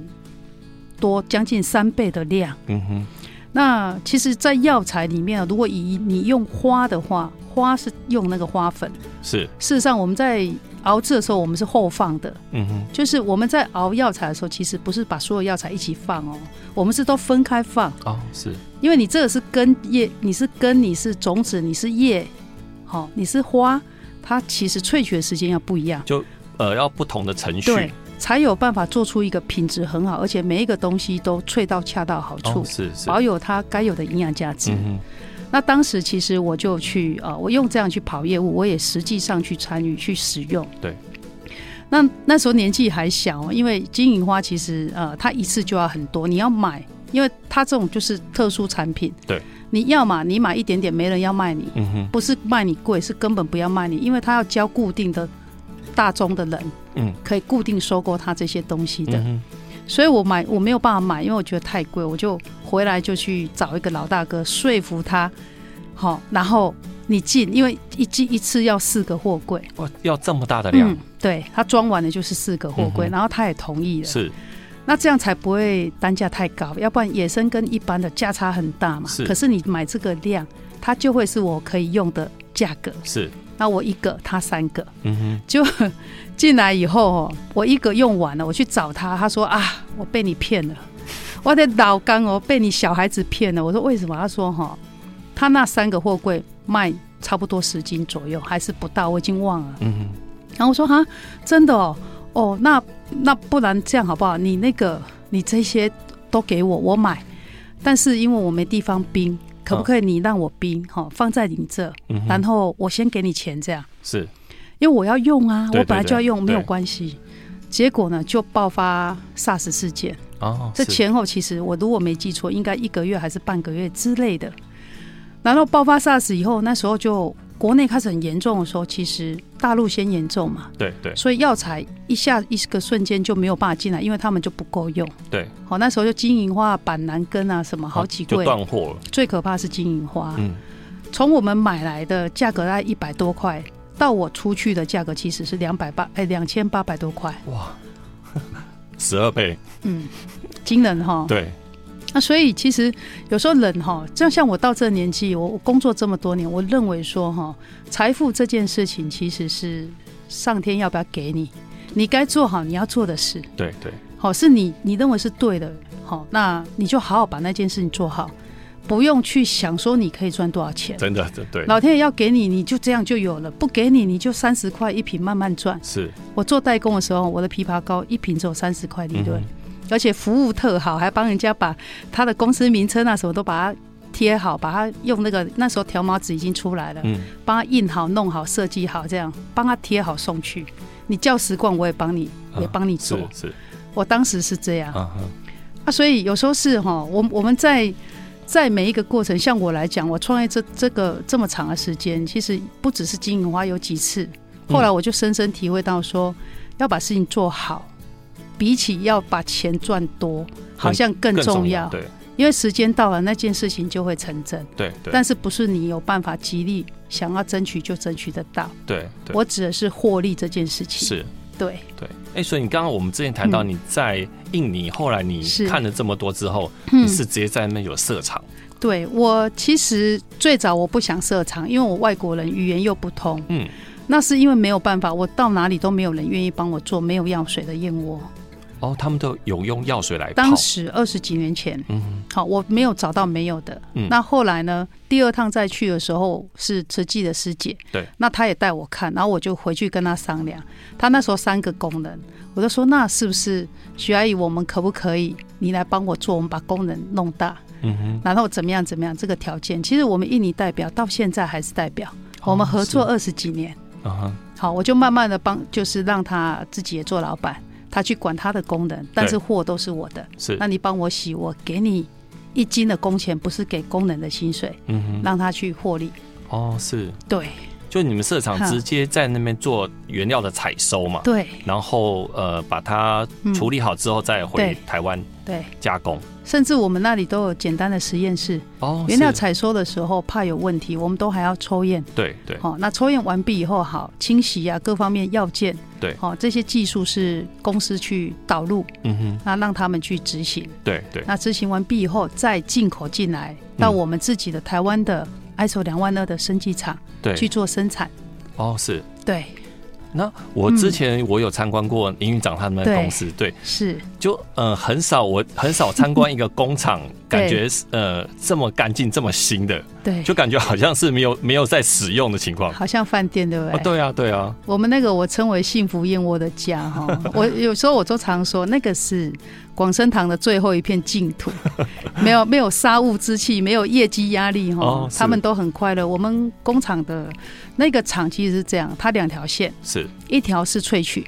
Speaker 2: 多，将近三倍的量。
Speaker 1: 嗯哼，
Speaker 2: 那其实，在药材里面啊，如果以你用花的话，花是用那个花粉。
Speaker 1: 是，
Speaker 2: 事实上，我们在熬制的时候，我们是后放的，
Speaker 1: 嗯哼，
Speaker 2: 就是我们在熬药材的时候，其实不是把所有药材一起放哦，我们是都分开放。
Speaker 1: 哦，是，
Speaker 2: 因为你这个是根叶，你是根，你是种子，你是叶，好、你是花，它其实萃取的时间要不一样，
Speaker 1: 呃，要不同的程序，
Speaker 2: 对，才有办法做出一个品质很好，而且每一个东西都萃到恰到好处，
Speaker 1: 哦，是是，
Speaker 2: 保有它该有的营养价值。
Speaker 1: 嗯
Speaker 2: 那当时其实我就去呃，我用这样去跑业务，我也实际上去参与去使用。
Speaker 1: 对。
Speaker 2: 那那时候年纪还小，因为金银花其实呃，它一次就要很多，你要买，因为它这种就是特殊产品。
Speaker 1: 对。
Speaker 2: 你要嘛，你买一点点，没人要卖你，
Speaker 1: 哼，嗯哼，
Speaker 2: 不是卖你贵，是根本不要卖你，因为它要交固定的大宗的人，
Speaker 1: 嗯，
Speaker 2: 可以固定收购它这些东西的。
Speaker 1: 嗯哼，
Speaker 2: 所以我买我没有办法买，因为我觉得太贵，我就回来就去找一个老大哥说服他，好、然后你进，因为一进一次要四个货柜，嗯
Speaker 1: 哇，要这么大的量，，
Speaker 2: 对他装完的就是四个货柜，
Speaker 1: 嗯哼
Speaker 2: 然后他也同意了，
Speaker 1: 是
Speaker 2: 那这样才不会单价太高，要不然野生跟一般的价差很大嘛。
Speaker 1: 是
Speaker 2: 可是你买这个量，它就会是我可以用的价格，
Speaker 1: 是，
Speaker 2: 那我一个，他三个。
Speaker 1: 嗯哼，
Speaker 2: 就进来以后哦，我一个用完了，我去找他，他说啊，我被你骗了， 我的老干哦，被你小孩子骗了。我说为什么？他说哈、他那三个货柜卖差不多十斤左右，还是不到，我已经忘了。
Speaker 1: 嗯哼，
Speaker 2: 然后我说哈，真的哦，哦，那那不然这样好不好？你那个你这些都给我，我买，但是因为我没地方冰，可不可以你让我冰？哈、放在你这，
Speaker 1: 嗯
Speaker 2: 然
Speaker 1: 哼，
Speaker 2: 后我先给你钱这样。
Speaker 1: 是，
Speaker 2: 因为我要用啊，
Speaker 1: 对
Speaker 2: 我本来就要用，
Speaker 1: 对对
Speaker 2: 没有关系。结果呢，就爆发 SARS 事件。
Speaker 1: 哦，
Speaker 2: 这
Speaker 1: 是，
Speaker 2: 前后其实我如果没记错，应该一个月还是半个月之类的。然后爆发 SARS 以后，那时候就国内开始很严重的时候，其实大陆先严重嘛，
Speaker 1: 对对
Speaker 2: 所以药材一下一个瞬间就没有办法进来，因为他们就不够用。
Speaker 1: 对，哦
Speaker 2: 好、那时候就金银花、板蓝根啊什么好几啊
Speaker 1: 就
Speaker 2: 贵，
Speaker 1: 断货了，
Speaker 2: 最可怕是金银花。
Speaker 1: 嗯，
Speaker 2: 从我们买来的价格大概一百多块，到我出去的价格其实是两百八，哎，两千八百多块，
Speaker 1: 哇，十二倍，
Speaker 2: 嗯，惊人哈。
Speaker 1: 对，
Speaker 2: 那所以其实有时候人哈，就像我到这个年纪，我我工作这么多年，我认为说哈，财富这件事情其实是上天要不要给你，你该做好你要做的事，
Speaker 1: 对对，
Speaker 2: 好是你你认为是对的，好，那你就好好把那件事情做好，不用去想说你可以赚多少钱。
Speaker 1: 真的，这对，
Speaker 2: 老天爷要给你，你就这样就有了；不给你，你就三十块一瓶慢慢赚。
Speaker 1: 是，
Speaker 2: 我做代工的时候，我的枇杷膏一瓶只有三十块利润，
Speaker 1: 嗯
Speaker 2: 而且服务特好，还帮人家把他的公司名称啊什么都把它贴好，把它用那个那时候条码纸已经出来了，
Speaker 1: 嗯，
Speaker 2: 帮他印好、弄好、设计好，这样帮他贴好送去。你叫十罐，我也帮你，也帮你做。
Speaker 1: 啊是是，
Speaker 2: 我当时是这样。
Speaker 1: 啊哈，
Speaker 2: 啊，所以有时候是哈，我我们在在每一个过程，像我来讲，我创业这这个这么长的时间，其实不只是金银花有几次，后来
Speaker 1: 嗯
Speaker 2: 我就深深体会到说，要把事情做好，比起要把钱赚多，好像更
Speaker 1: 更
Speaker 2: 重
Speaker 1: 重
Speaker 2: 要。
Speaker 1: 对，
Speaker 2: 因为时间到了，那件事情就会成真。
Speaker 1: 对对
Speaker 2: 但是不是你有办法极力想要争取就争取得到？
Speaker 1: 对对，
Speaker 2: 我指的是获利这件事情。
Speaker 1: 是
Speaker 2: 对，
Speaker 1: 对。哎，所以你刚刚我们之前谈到
Speaker 2: 嗯
Speaker 1: 你在印尼，后来你
Speaker 2: 是
Speaker 1: 看了这么多之后，
Speaker 2: 嗯
Speaker 1: 你是直接在那边有设厂，
Speaker 2: 对我其实最早我不想设厂，因为我外国人语言又不通，
Speaker 1: 嗯，
Speaker 2: 那是因为没有办法，我到哪里都没有人愿意帮我做没有药水的燕窝。
Speaker 1: 哦，他们都有用药水来泡，
Speaker 2: 当时二十几年前，
Speaker 1: 嗯
Speaker 2: 好，我没有找到没有的。
Speaker 1: 嗯
Speaker 2: 那后来呢？第二趟再去的时候是慈济的师姐，
Speaker 1: 对，
Speaker 2: 那她也带我看，然后我就回去跟她商量。她那时候三个工人，我就说那是不是徐阿姨，我们可不可以你来帮我做，我们把工人弄大，
Speaker 1: 嗯哼，
Speaker 2: 然后怎么样怎么样这个条件。其实我们印尼代表到现在还是代表，我们合作
Speaker 1: 哦
Speaker 2: 二十几年。
Speaker 1: 是啊哈，
Speaker 2: 好，我就慢慢的帮，就是让他自己也做老板，他去管他的工人，但是货都是我的。
Speaker 1: 是
Speaker 2: 那你帮我洗，我给你一斤的工钱，不是给工人的薪水，
Speaker 1: 嗯哼，
Speaker 2: 让他去获利。
Speaker 1: 哦是，
Speaker 2: 对
Speaker 1: 就你们设厂
Speaker 2: 哈
Speaker 1: 直接在那边做原料的采收嘛，
Speaker 2: 对
Speaker 1: 然后呃把它
Speaker 2: 嗯
Speaker 1: 处理好之后再回
Speaker 2: 对
Speaker 1: 台湾
Speaker 2: 对，
Speaker 1: 加工。
Speaker 2: 甚至我们那里都有简单的实验室，
Speaker 1: 哦，
Speaker 2: 原料
Speaker 1: 是
Speaker 2: 采收的时候怕有问题，我们都还要抽验。
Speaker 1: 对对
Speaker 2: 好、那抽验完毕以后，好清洗啊，各方面药件，
Speaker 1: 对
Speaker 2: 好、这些技术是公司去导入，
Speaker 1: 嗯哼，
Speaker 2: 那让他们去执行。
Speaker 1: 对对，
Speaker 2: 那执行完毕以后，再进口进来
Speaker 1: 嗯
Speaker 2: 到我们自己的台湾的 ISO 两万二的生技厂
Speaker 1: 对
Speaker 2: 去做生产。
Speaker 1: 哦是。
Speaker 2: 对，
Speaker 1: 那我之前我有参观过营运长他们的
Speaker 2: 嗯对
Speaker 1: 公司，对，
Speaker 2: 是，
Speaker 1: 就呃很少我很少参观一个工厂， 感觉是呃这么干净这么新的，
Speaker 2: 对，
Speaker 1: 就感觉好像是没有 没有在使用的情况。
Speaker 2: 好像饭店对不对？
Speaker 1: 啊，对啊对啊，
Speaker 2: 我们那个我称为幸福燕窝的家 哈。我有时候我都常说，那个是广生堂的最后一片净 土，没有没有杀物之气，没有业绩压力哈，
Speaker 1: 哦是
Speaker 2: 他们都很快乐。我们工厂的那个厂其实是这样，它两条线，
Speaker 1: 是
Speaker 2: 一条是萃取。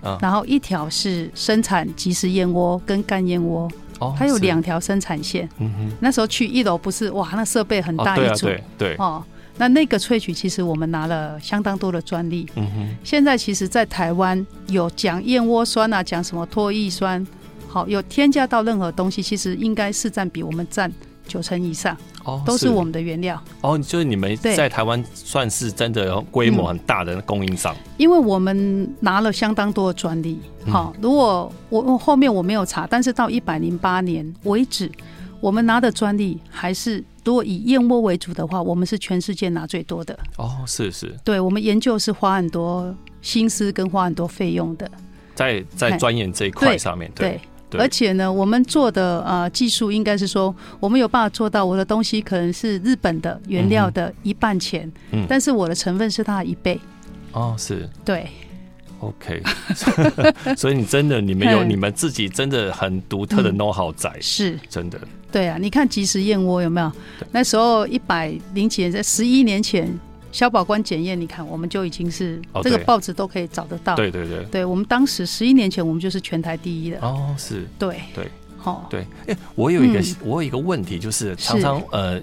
Speaker 1: 啊
Speaker 2: 然后一条是生产即食燕窝跟干燕窝，
Speaker 1: 哦，
Speaker 2: 它有
Speaker 1: 是
Speaker 2: 两，条生产线。
Speaker 1: 嗯哼，
Speaker 2: 那时候去一楼不是哇，那设备很
Speaker 1: 哦
Speaker 2: 大
Speaker 1: 对
Speaker 2: 一
Speaker 1: 啊
Speaker 2: 组
Speaker 1: 对对，
Speaker 2: 哦。那那个萃取其实我们拿了相当多的专利。
Speaker 1: 嗯哼，
Speaker 2: 现在其实，在台湾有讲燕窝酸啊，讲什么脱异酸，好有添加到任何东西，其实应该是占比我们占九成以上，
Speaker 1: 哦
Speaker 2: 都是我们的原料。
Speaker 1: 哦，就是你们
Speaker 2: 对
Speaker 1: 在台湾算是真的规模很大的供应商，
Speaker 2: 因为我们拿了相当多的专利，
Speaker 1: 嗯
Speaker 2: 好、如果我我后面我没有查，但是到一百零八年为止，我们拿的专利还是如果以燕窝为主的话，我们是全世界拿最多的。
Speaker 1: 哦，是是，
Speaker 2: 对我们研究是花很多心思跟花很多费用的，
Speaker 1: 在在
Speaker 2: 哎
Speaker 1: 钻研这一块上面，对，对
Speaker 2: 而且呢，我们做的呃技术应该是说，我们有办法做到我的东西可能是日本的原料的一半钱，
Speaker 1: 嗯
Speaker 2: 但是我的成分是它的一倍。
Speaker 1: 哦，是
Speaker 2: 对，
Speaker 1: OK，所以你真的你们有
Speaker 2: 嗯
Speaker 1: 你们自己真的很独特的
Speaker 2: 嗯
Speaker 1: know how 在，
Speaker 2: 是。
Speaker 1: 真的
Speaker 2: 对啊，你看即食燕窝有没有
Speaker 1: 对？
Speaker 2: 那时候一百零几年，在十一年前，消保官检验，你看我们就已经是、
Speaker 1: 哦
Speaker 2: 这个
Speaker 1: 对
Speaker 2: 报纸都可以找得到。
Speaker 1: 对对对，
Speaker 2: 对我们当时十一年前，我们就是全台第一的。
Speaker 1: 哦是
Speaker 2: 对哦
Speaker 1: 对，
Speaker 2: 好、
Speaker 1: 对，哎，我有一个
Speaker 2: 嗯
Speaker 1: 我有一个问题，就是
Speaker 2: 是
Speaker 1: 常常呃，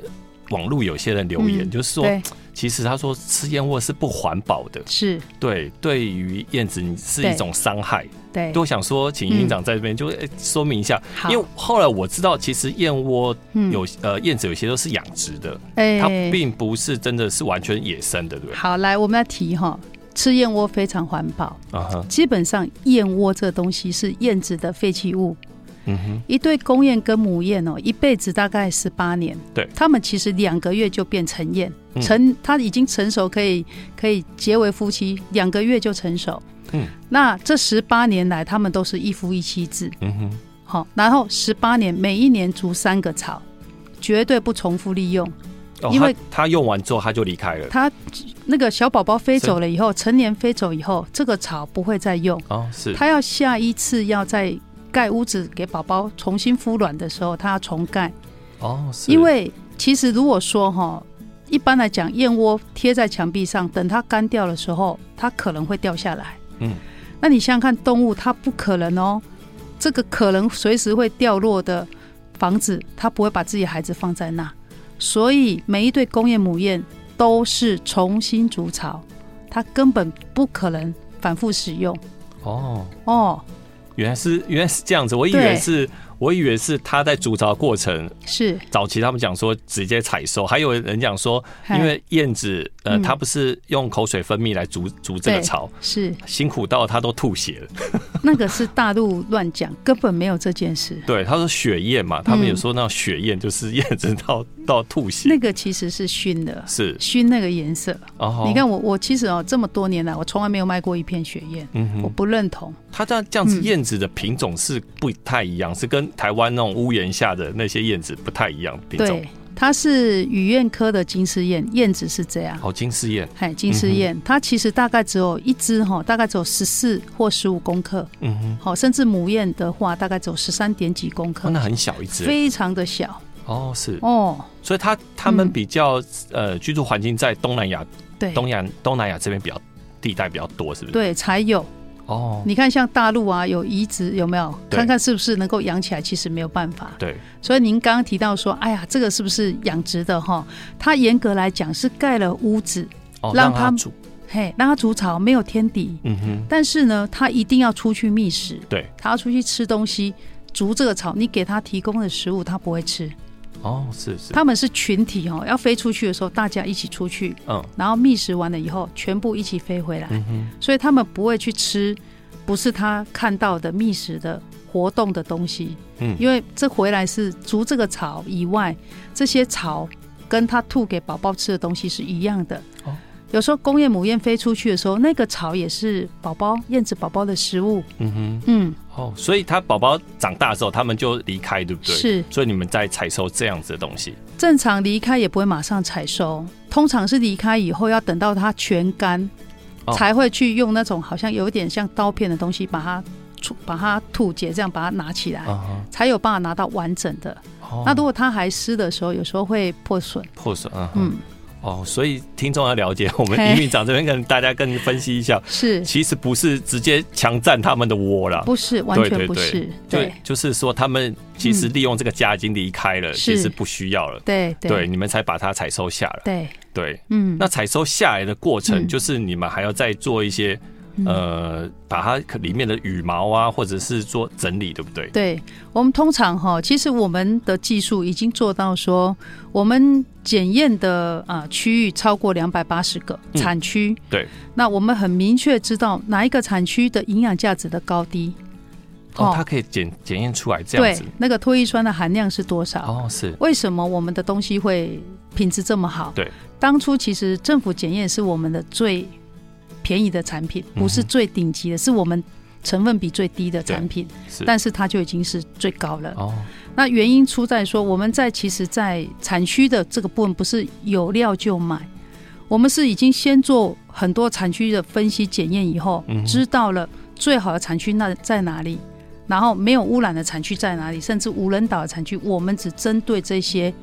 Speaker 1: 网络有些人留言
Speaker 2: 嗯
Speaker 1: 就是说，
Speaker 2: 对，
Speaker 1: 其实他说吃燕窝是不环保的，
Speaker 2: 是，
Speaker 1: 对，对于燕子你是一
Speaker 2: 对
Speaker 1: 种伤害，
Speaker 2: 对，嗯
Speaker 1: 都想说请院长在这边就哎说明一下，
Speaker 2: 好，
Speaker 1: 因为后来我知道其实燕窝
Speaker 2: 嗯
Speaker 1: 有呃燕子有些都是养殖的，
Speaker 2: 哎
Speaker 1: 它并不是真的是完全野生的，对不对？
Speaker 2: 好，来，我们来提哈，吃燕窝非常环保。
Speaker 1: 啊哈，
Speaker 2: 基本上，燕窝这东西是燕子的废弃物，
Speaker 1: 嗯哼，
Speaker 2: 一对公燕跟母燕哦，一辈子大概十八年。
Speaker 1: 对
Speaker 2: 它们其实两个月就变成燕，
Speaker 1: 嗯
Speaker 2: 成它已经成熟，可以可以结为夫妻，两个月就成熟。
Speaker 1: 嗯，
Speaker 2: 那这十八年来，它们都是一夫一妻制，
Speaker 1: 嗯哼，
Speaker 2: 好，然后十八年每一年筑三个巢，绝对不重复利用。
Speaker 1: 哦
Speaker 2: 因为
Speaker 1: 它它用完之后它就离开了，
Speaker 2: 它那个小宝宝飞走了以后，成年飞走以后，这个巢不会再用。
Speaker 1: 哦，是，
Speaker 2: 它要下一次要再盖屋子给宝宝重新孵卵的时候，它要重盖，
Speaker 1: 哦，是，
Speaker 2: 因为其实如果说哈，一般来讲，燕窝贴在墙壁上，等它干掉的时候，它可能会掉下来。
Speaker 1: 嗯，
Speaker 2: 那你想想看，动物它不可能哦，这个可能随时会掉落的房子，它不会把自己孩子放在那，所以每一对公燕母燕都是重新筑巢，它根本不可能反复使用
Speaker 1: 哦，
Speaker 2: 哦。
Speaker 1: 原来是原来是这样子，我以为
Speaker 2: 对
Speaker 1: 是我以为是他在筑巢过程，
Speaker 2: 是，
Speaker 1: 早期他们讲说直接采收，还有人讲说，
Speaker 2: 嘿
Speaker 1: 因为燕子呃，
Speaker 2: 嗯
Speaker 1: 它不是用口水分泌来筑筑这个
Speaker 2: 对
Speaker 1: 巢，
Speaker 2: 是
Speaker 1: 辛苦到它都吐血了。
Speaker 2: 那个是大陆乱讲，根本没有这件事。
Speaker 1: 对，他说血燕嘛，他们
Speaker 2: 嗯
Speaker 1: 有说那种血燕就是燕子到到吐血，
Speaker 2: 那个其实是熏的，
Speaker 1: 是
Speaker 2: 熏那个颜色。
Speaker 1: 哦，
Speaker 2: 你，看我，我其实哦，这么多年来，我从来没有卖过一片雪燕，
Speaker 1: 嗯
Speaker 2: 我
Speaker 1: 哼，
Speaker 2: 不认同。
Speaker 1: 它这样这样子
Speaker 2: 嗯
Speaker 1: 燕子的品种是不太一样，是跟台湾那种屋檐下的那些燕子不太一样品种
Speaker 2: 对。，它是雨燕科的金丝燕，燕子是这样。
Speaker 1: 好，哦金丝燕，
Speaker 2: 哎，金丝燕、
Speaker 1: 嗯
Speaker 2: 它其实大概只有一只哈，大概只有十四或十五公克，
Speaker 1: 嗯哼，
Speaker 2: 好，甚至母燕的话大概只有十三点几公克，
Speaker 1: 哦，那很小一只，
Speaker 2: 非常的小
Speaker 1: 哦，是，
Speaker 2: 哦。
Speaker 1: 所以它它们
Speaker 2: 嗯
Speaker 1: 比较呃居住环境在东南亚
Speaker 2: 对
Speaker 1: 东亚东南亚这边比较地带比较多，是不是？，
Speaker 2: 对，才有。
Speaker 1: 哦，
Speaker 2: 你看，像大陆啊，有移植有没有？
Speaker 1: 对
Speaker 2: 看看是不是能够养起来，其实没有办法。
Speaker 1: 对，
Speaker 2: 所以您刚刚提到说，哎呀，这个是不是养殖的哈？它严格来讲是盖了屋子，
Speaker 1: 哦，
Speaker 2: 让
Speaker 1: 让它
Speaker 2: 它
Speaker 1: 住，
Speaker 2: 嘿，让它筑巢，没有天敌，
Speaker 1: 嗯哼，
Speaker 2: 但是呢，它一定要出去觅食，
Speaker 1: 对，
Speaker 2: 它要出去吃东西。筑这个巢，你给它提供的食物，它不会吃。
Speaker 1: 哦，是是，
Speaker 2: 它们是群体哦，要飞出去的时候，大家一起出去，
Speaker 1: 嗯
Speaker 2: 然后觅食完了以后，全部一起飞回来。
Speaker 1: 嗯哼，
Speaker 2: 所以他们不会去吃不是他看到的觅食的活动的东西，
Speaker 1: 嗯
Speaker 2: 因为这回来是除这个草以外，这些草跟他吐给宝宝吃的东西是一样的。
Speaker 1: 哦
Speaker 2: 有时候公燕母燕飞出去的时候，那个草也是宝宝燕子宝宝的食物。
Speaker 1: 嗯哼，
Speaker 2: 嗯，
Speaker 1: 哦，所以它宝宝长大之后，他们就离开，对不对？
Speaker 2: 是
Speaker 1: 所以你们在采收这样子的东西，
Speaker 2: 正常离开也不会马上采收，通常是离开以后要等到它全干，
Speaker 1: 哦
Speaker 2: 才会去用那种好像有点像刀片的东西把它出把它吐解，这样把它拿起来。
Speaker 1: 啊、
Speaker 2: 才有办法拿到完整的。
Speaker 1: 哦
Speaker 2: 那如果它还湿的时候，有时候会破损。
Speaker 1: 破损，嗯哼，
Speaker 2: 嗯，
Speaker 1: 哦，所以听众要了 解，我们
Speaker 2: 嘿
Speaker 1: 营运长这边跟大家跟分析一下，
Speaker 2: 是
Speaker 1: 其实不是直接强占他们的窝啦，
Speaker 2: 不是完全不是？
Speaker 1: 对，就是说他们其实利用这个家已经离开了，其
Speaker 2: 嗯是
Speaker 1: 实不需要了，
Speaker 2: 对对
Speaker 1: 对，你们才把它采收下来，
Speaker 2: 对
Speaker 1: 对。
Speaker 2: 嗯，
Speaker 1: 那采收下来的过程，
Speaker 2: 嗯
Speaker 1: 就是你们还要再做一些、
Speaker 2: 嗯
Speaker 1: 呃，把它可里面的羽毛啊，或者是做整理，对不对？
Speaker 2: 对我们通常哈，其实我们的技术已经做到说，我们检验的啊、区域超过两百八十个
Speaker 1: 嗯
Speaker 2: 产区、
Speaker 1: 对，
Speaker 2: 那我们很明确知道哪一个产区的营养价值的高低。
Speaker 1: 哦
Speaker 2: 哦，
Speaker 1: 它可以检检验出来这样
Speaker 2: 对
Speaker 1: 子。，
Speaker 2: 那个脱衣酸的含量是多少？
Speaker 1: 哦，是
Speaker 2: 为什么我们的东西会品质这么好？
Speaker 1: 对，
Speaker 2: 当初其实政府检验是我们的最便宜的产品，
Speaker 1: 嗯哼
Speaker 2: 不是最顶级的，是我们成分比最低的产品，
Speaker 1: 是，
Speaker 2: 但是它就已经是最高了。
Speaker 1: 哦，
Speaker 2: 那原因出在说，我们在其实，在产区的这个部分不是有料就买，我们是已经先做很多产区的分析检验以后，
Speaker 1: 嗯哼
Speaker 2: 知道了最好的产区那在哪里，然后没有污染的产区在哪里，甚至无人岛的产区，我们只针对这些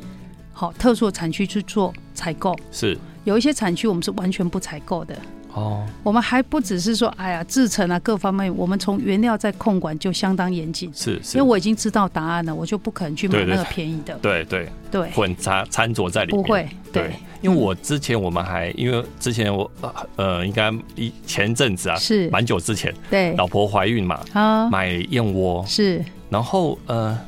Speaker 2: 好特殊的产区去做采购。
Speaker 1: 是
Speaker 2: 有一些产区我们是完全不采购的，
Speaker 1: 哦，
Speaker 2: 我们还不只是说，哎呀，制成啊各方面，我们从原料再控管就相当严谨。
Speaker 1: 是是，
Speaker 2: 因为我已经知道答案了，我就不可能去买
Speaker 1: 对对
Speaker 2: 那个便宜的，
Speaker 1: 对对
Speaker 2: 对，
Speaker 1: 混杂掺着在里
Speaker 2: 不
Speaker 1: 面，
Speaker 2: 会，对，
Speaker 1: 因为我之前我们还因为之前我呃呃应该一前阵子啊，
Speaker 2: 是，
Speaker 1: 蛮久之前，
Speaker 2: 对，
Speaker 1: 老婆怀孕嘛，
Speaker 2: 啊，
Speaker 1: 买燕窝，
Speaker 2: 是，
Speaker 1: 然后呃，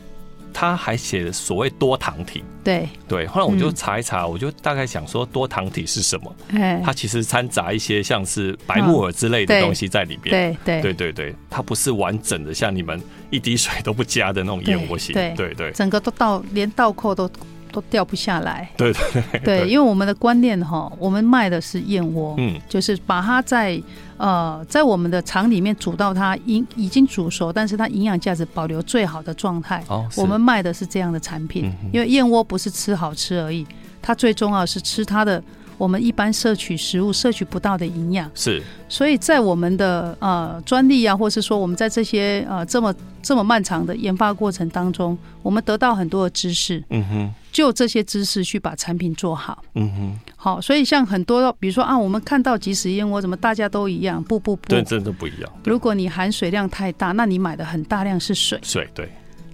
Speaker 1: 她还写了所谓多糖体。
Speaker 2: 对，
Speaker 1: 对，后来我就
Speaker 2: 嗯
Speaker 1: 查一查，我就大概想说多糖体是什么？
Speaker 2: 哎，
Speaker 1: 它其实掺杂一些像是白木耳之类的
Speaker 2: 嗯对
Speaker 1: 东西在里边。
Speaker 2: 对对
Speaker 1: 对对对，它不是完整的，像你们一滴水都不加的那种燕窝型。
Speaker 2: 对哦
Speaker 1: 对对
Speaker 2: 整个都倒，连倒扣都都掉不下来，
Speaker 1: 对对，
Speaker 2: 对，因为我们的观念哈，我们卖的是燕窝，
Speaker 1: 嗯，
Speaker 2: 就是把它在呃在我们的厂里面煮到它营已经煮熟，但是它营养价值保留最好的状态。
Speaker 1: 哦，是
Speaker 2: 我们卖的是这样的产品
Speaker 1: 嗯，哼
Speaker 2: 因为燕窝不是吃好吃而已，它最重要的是吃它的我们一般摄取食物摄取不到的营养。
Speaker 1: 是
Speaker 2: 所以在我们的呃专利啊，或是说我们在这些呃这么这么漫长的研发过程当中，我们得到很多的知识，
Speaker 1: 嗯哼
Speaker 2: 就这些知识去把产品做好。
Speaker 1: 嗯哼，
Speaker 2: 好，所以像很多，比如说啊，我们看到即食燕窝，怎么大家都一样？不不不
Speaker 1: 对，，真的不一样。
Speaker 2: 如果你含水量太大，那你买的很大量是水，
Speaker 1: 水对，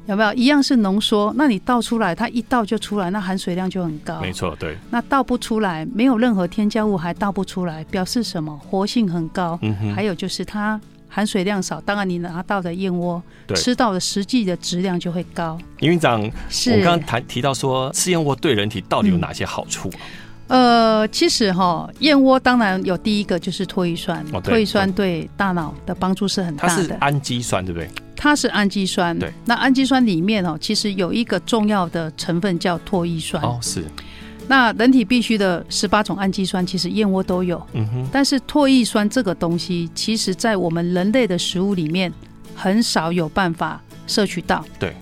Speaker 2: 有没有？一样是浓缩，那你倒出来，它一倒就出来，那含水量就很高。
Speaker 1: 没错，对，
Speaker 2: 那倒不出来，没有任何添加物还倒不出来，表示什么？活性很高。
Speaker 1: 嗯哼，
Speaker 2: 还有就是它含水量少，当然你拿到的燕窝
Speaker 1: 对
Speaker 2: 吃到的实际的质量就会高。
Speaker 1: 营运长，我
Speaker 2: 是嗯
Speaker 1: 们刚刚谈提到说，吃燕窝对人体到底有哪些好处啊？
Speaker 2: 呃，其实哈、燕窝当然有第一个就是脱乙酸，
Speaker 1: 哦对
Speaker 2: 脱乙酸对大脑的帮助是很
Speaker 1: 它
Speaker 2: 大
Speaker 1: 是
Speaker 2: 的。
Speaker 1: 氨基酸，对不对？
Speaker 2: 它是氨基酸，
Speaker 1: 对。
Speaker 2: 那氨基酸里面哦，其实有一个重要的成分叫脱乙酸。
Speaker 1: 哦，是，
Speaker 2: 那人体必需的十八种氨基酸，其实燕窝都有。
Speaker 1: 嗯哼，
Speaker 2: 但是唾液酸这个东西，其实在我们人类的食物里面很少有办法摄取到。
Speaker 1: 对，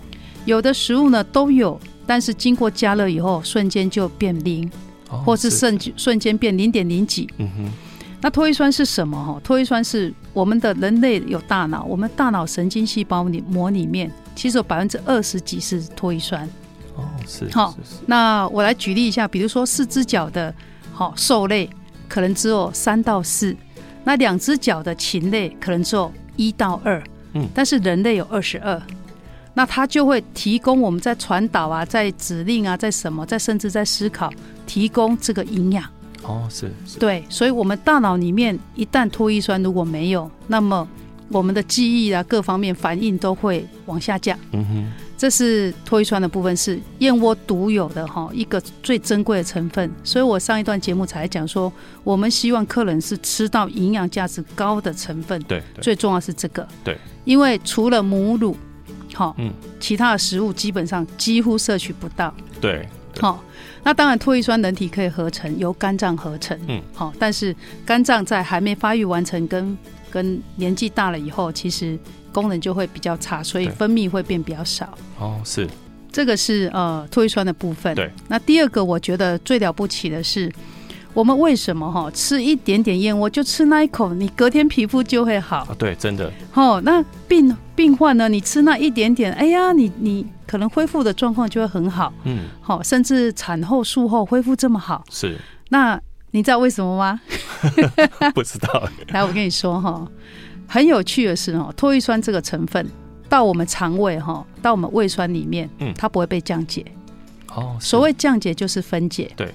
Speaker 2: 有的食物呢都有，但是经过加热以后，瞬间就变零，
Speaker 1: 哦
Speaker 2: 或是，瞬瞬间变零点零几。
Speaker 1: 嗯哼，
Speaker 2: 那唾液酸是什么？哈，唾液酸是我们的人类有大脑，我们大脑神经细胞里膜里面，其实有百分之二十几是唾液酸。
Speaker 1: 哦，是，
Speaker 2: 好
Speaker 1: 是，是
Speaker 2: 那我来举例一下，比如说四只脚的好、兽类，可能只有三到四；那两只脚的禽类可能只有一到二。
Speaker 1: 嗯
Speaker 2: 但是人类有二十二，那它就会提供我们在传导啊，在指令啊，在什么，在甚至在思考，提供这个营养。
Speaker 1: 哦，是，是，
Speaker 2: 对，所以我们大脑里面一旦脱衣酸如果没有，那么我们的记忆啊各方面反应都会往下降。
Speaker 1: 嗯哼，
Speaker 2: 这是脱衣酸的部分，是燕窝独有的哈一个最珍贵的成分。所以我上一段节目才讲说，我们希望客人是吃到营养价值高的成分，
Speaker 1: 对，对，
Speaker 2: 最重要是这个。
Speaker 1: 对，
Speaker 2: 因为除了母乳，好，
Speaker 1: 嗯
Speaker 2: 其他的食物基本上几乎摄取不到。
Speaker 1: 对，对
Speaker 2: 好、那当然，唾液酸人体可以合成，由肝脏合成。
Speaker 1: 嗯，
Speaker 2: 好、但是肝脏在还没发育完成跟跟年纪大了以后，其实功能就会比较差，所以
Speaker 1: 对
Speaker 2: 分泌会变比较少。
Speaker 1: 哦，是，
Speaker 2: 这个是呃唾液酸的部分。
Speaker 1: 对，
Speaker 2: 那第二个我觉得最了不起的是，我们为什么哈、吃一点点燕窝就吃那一口，你隔天皮肤就会好。
Speaker 1: 啊，对，真的，
Speaker 2: 哦，那病病患呢，你吃那一点点，哎呀，你你可能恢复的状况就会很好。
Speaker 1: 嗯，
Speaker 2: 好、甚至产后、术后恢复这么好，
Speaker 1: 是，
Speaker 2: 那你知道为什么 吗？
Speaker 1: 不知道，
Speaker 2: 来，我跟你说哈、很有趣的是哦，唾液酸这个成分到我们肠胃哈、到我们胃酸里面，
Speaker 1: 嗯
Speaker 2: 它不会被降解。
Speaker 1: 哦，是
Speaker 2: 所谓降解就是分解，
Speaker 1: 对。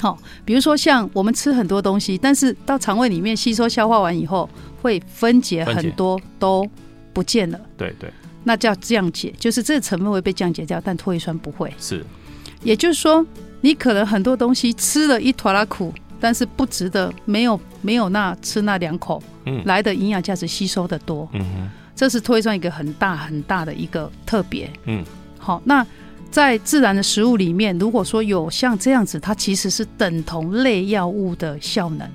Speaker 2: 好、比如说像我们吃很多东西，但是到肠胃里面吸收消化完以后，会分解
Speaker 1: 分解
Speaker 2: 很多都不见了，
Speaker 1: 对对
Speaker 2: 那叫降解，就是这个成分会被降解掉，但唾液酸不会。
Speaker 1: 是，
Speaker 2: 也就是说，你可能很多东西吃了一坨拉苦，但是不值得，没有没有那吃那两口
Speaker 1: 嗯
Speaker 2: 来的营养价值吸收的多，
Speaker 1: 嗯哼，
Speaker 2: 这是推算一个很大很大的一个特别。
Speaker 1: 嗯，
Speaker 2: 好，那在自然的食物里面，如果说有像这样子，它其实是等同类药物的效能，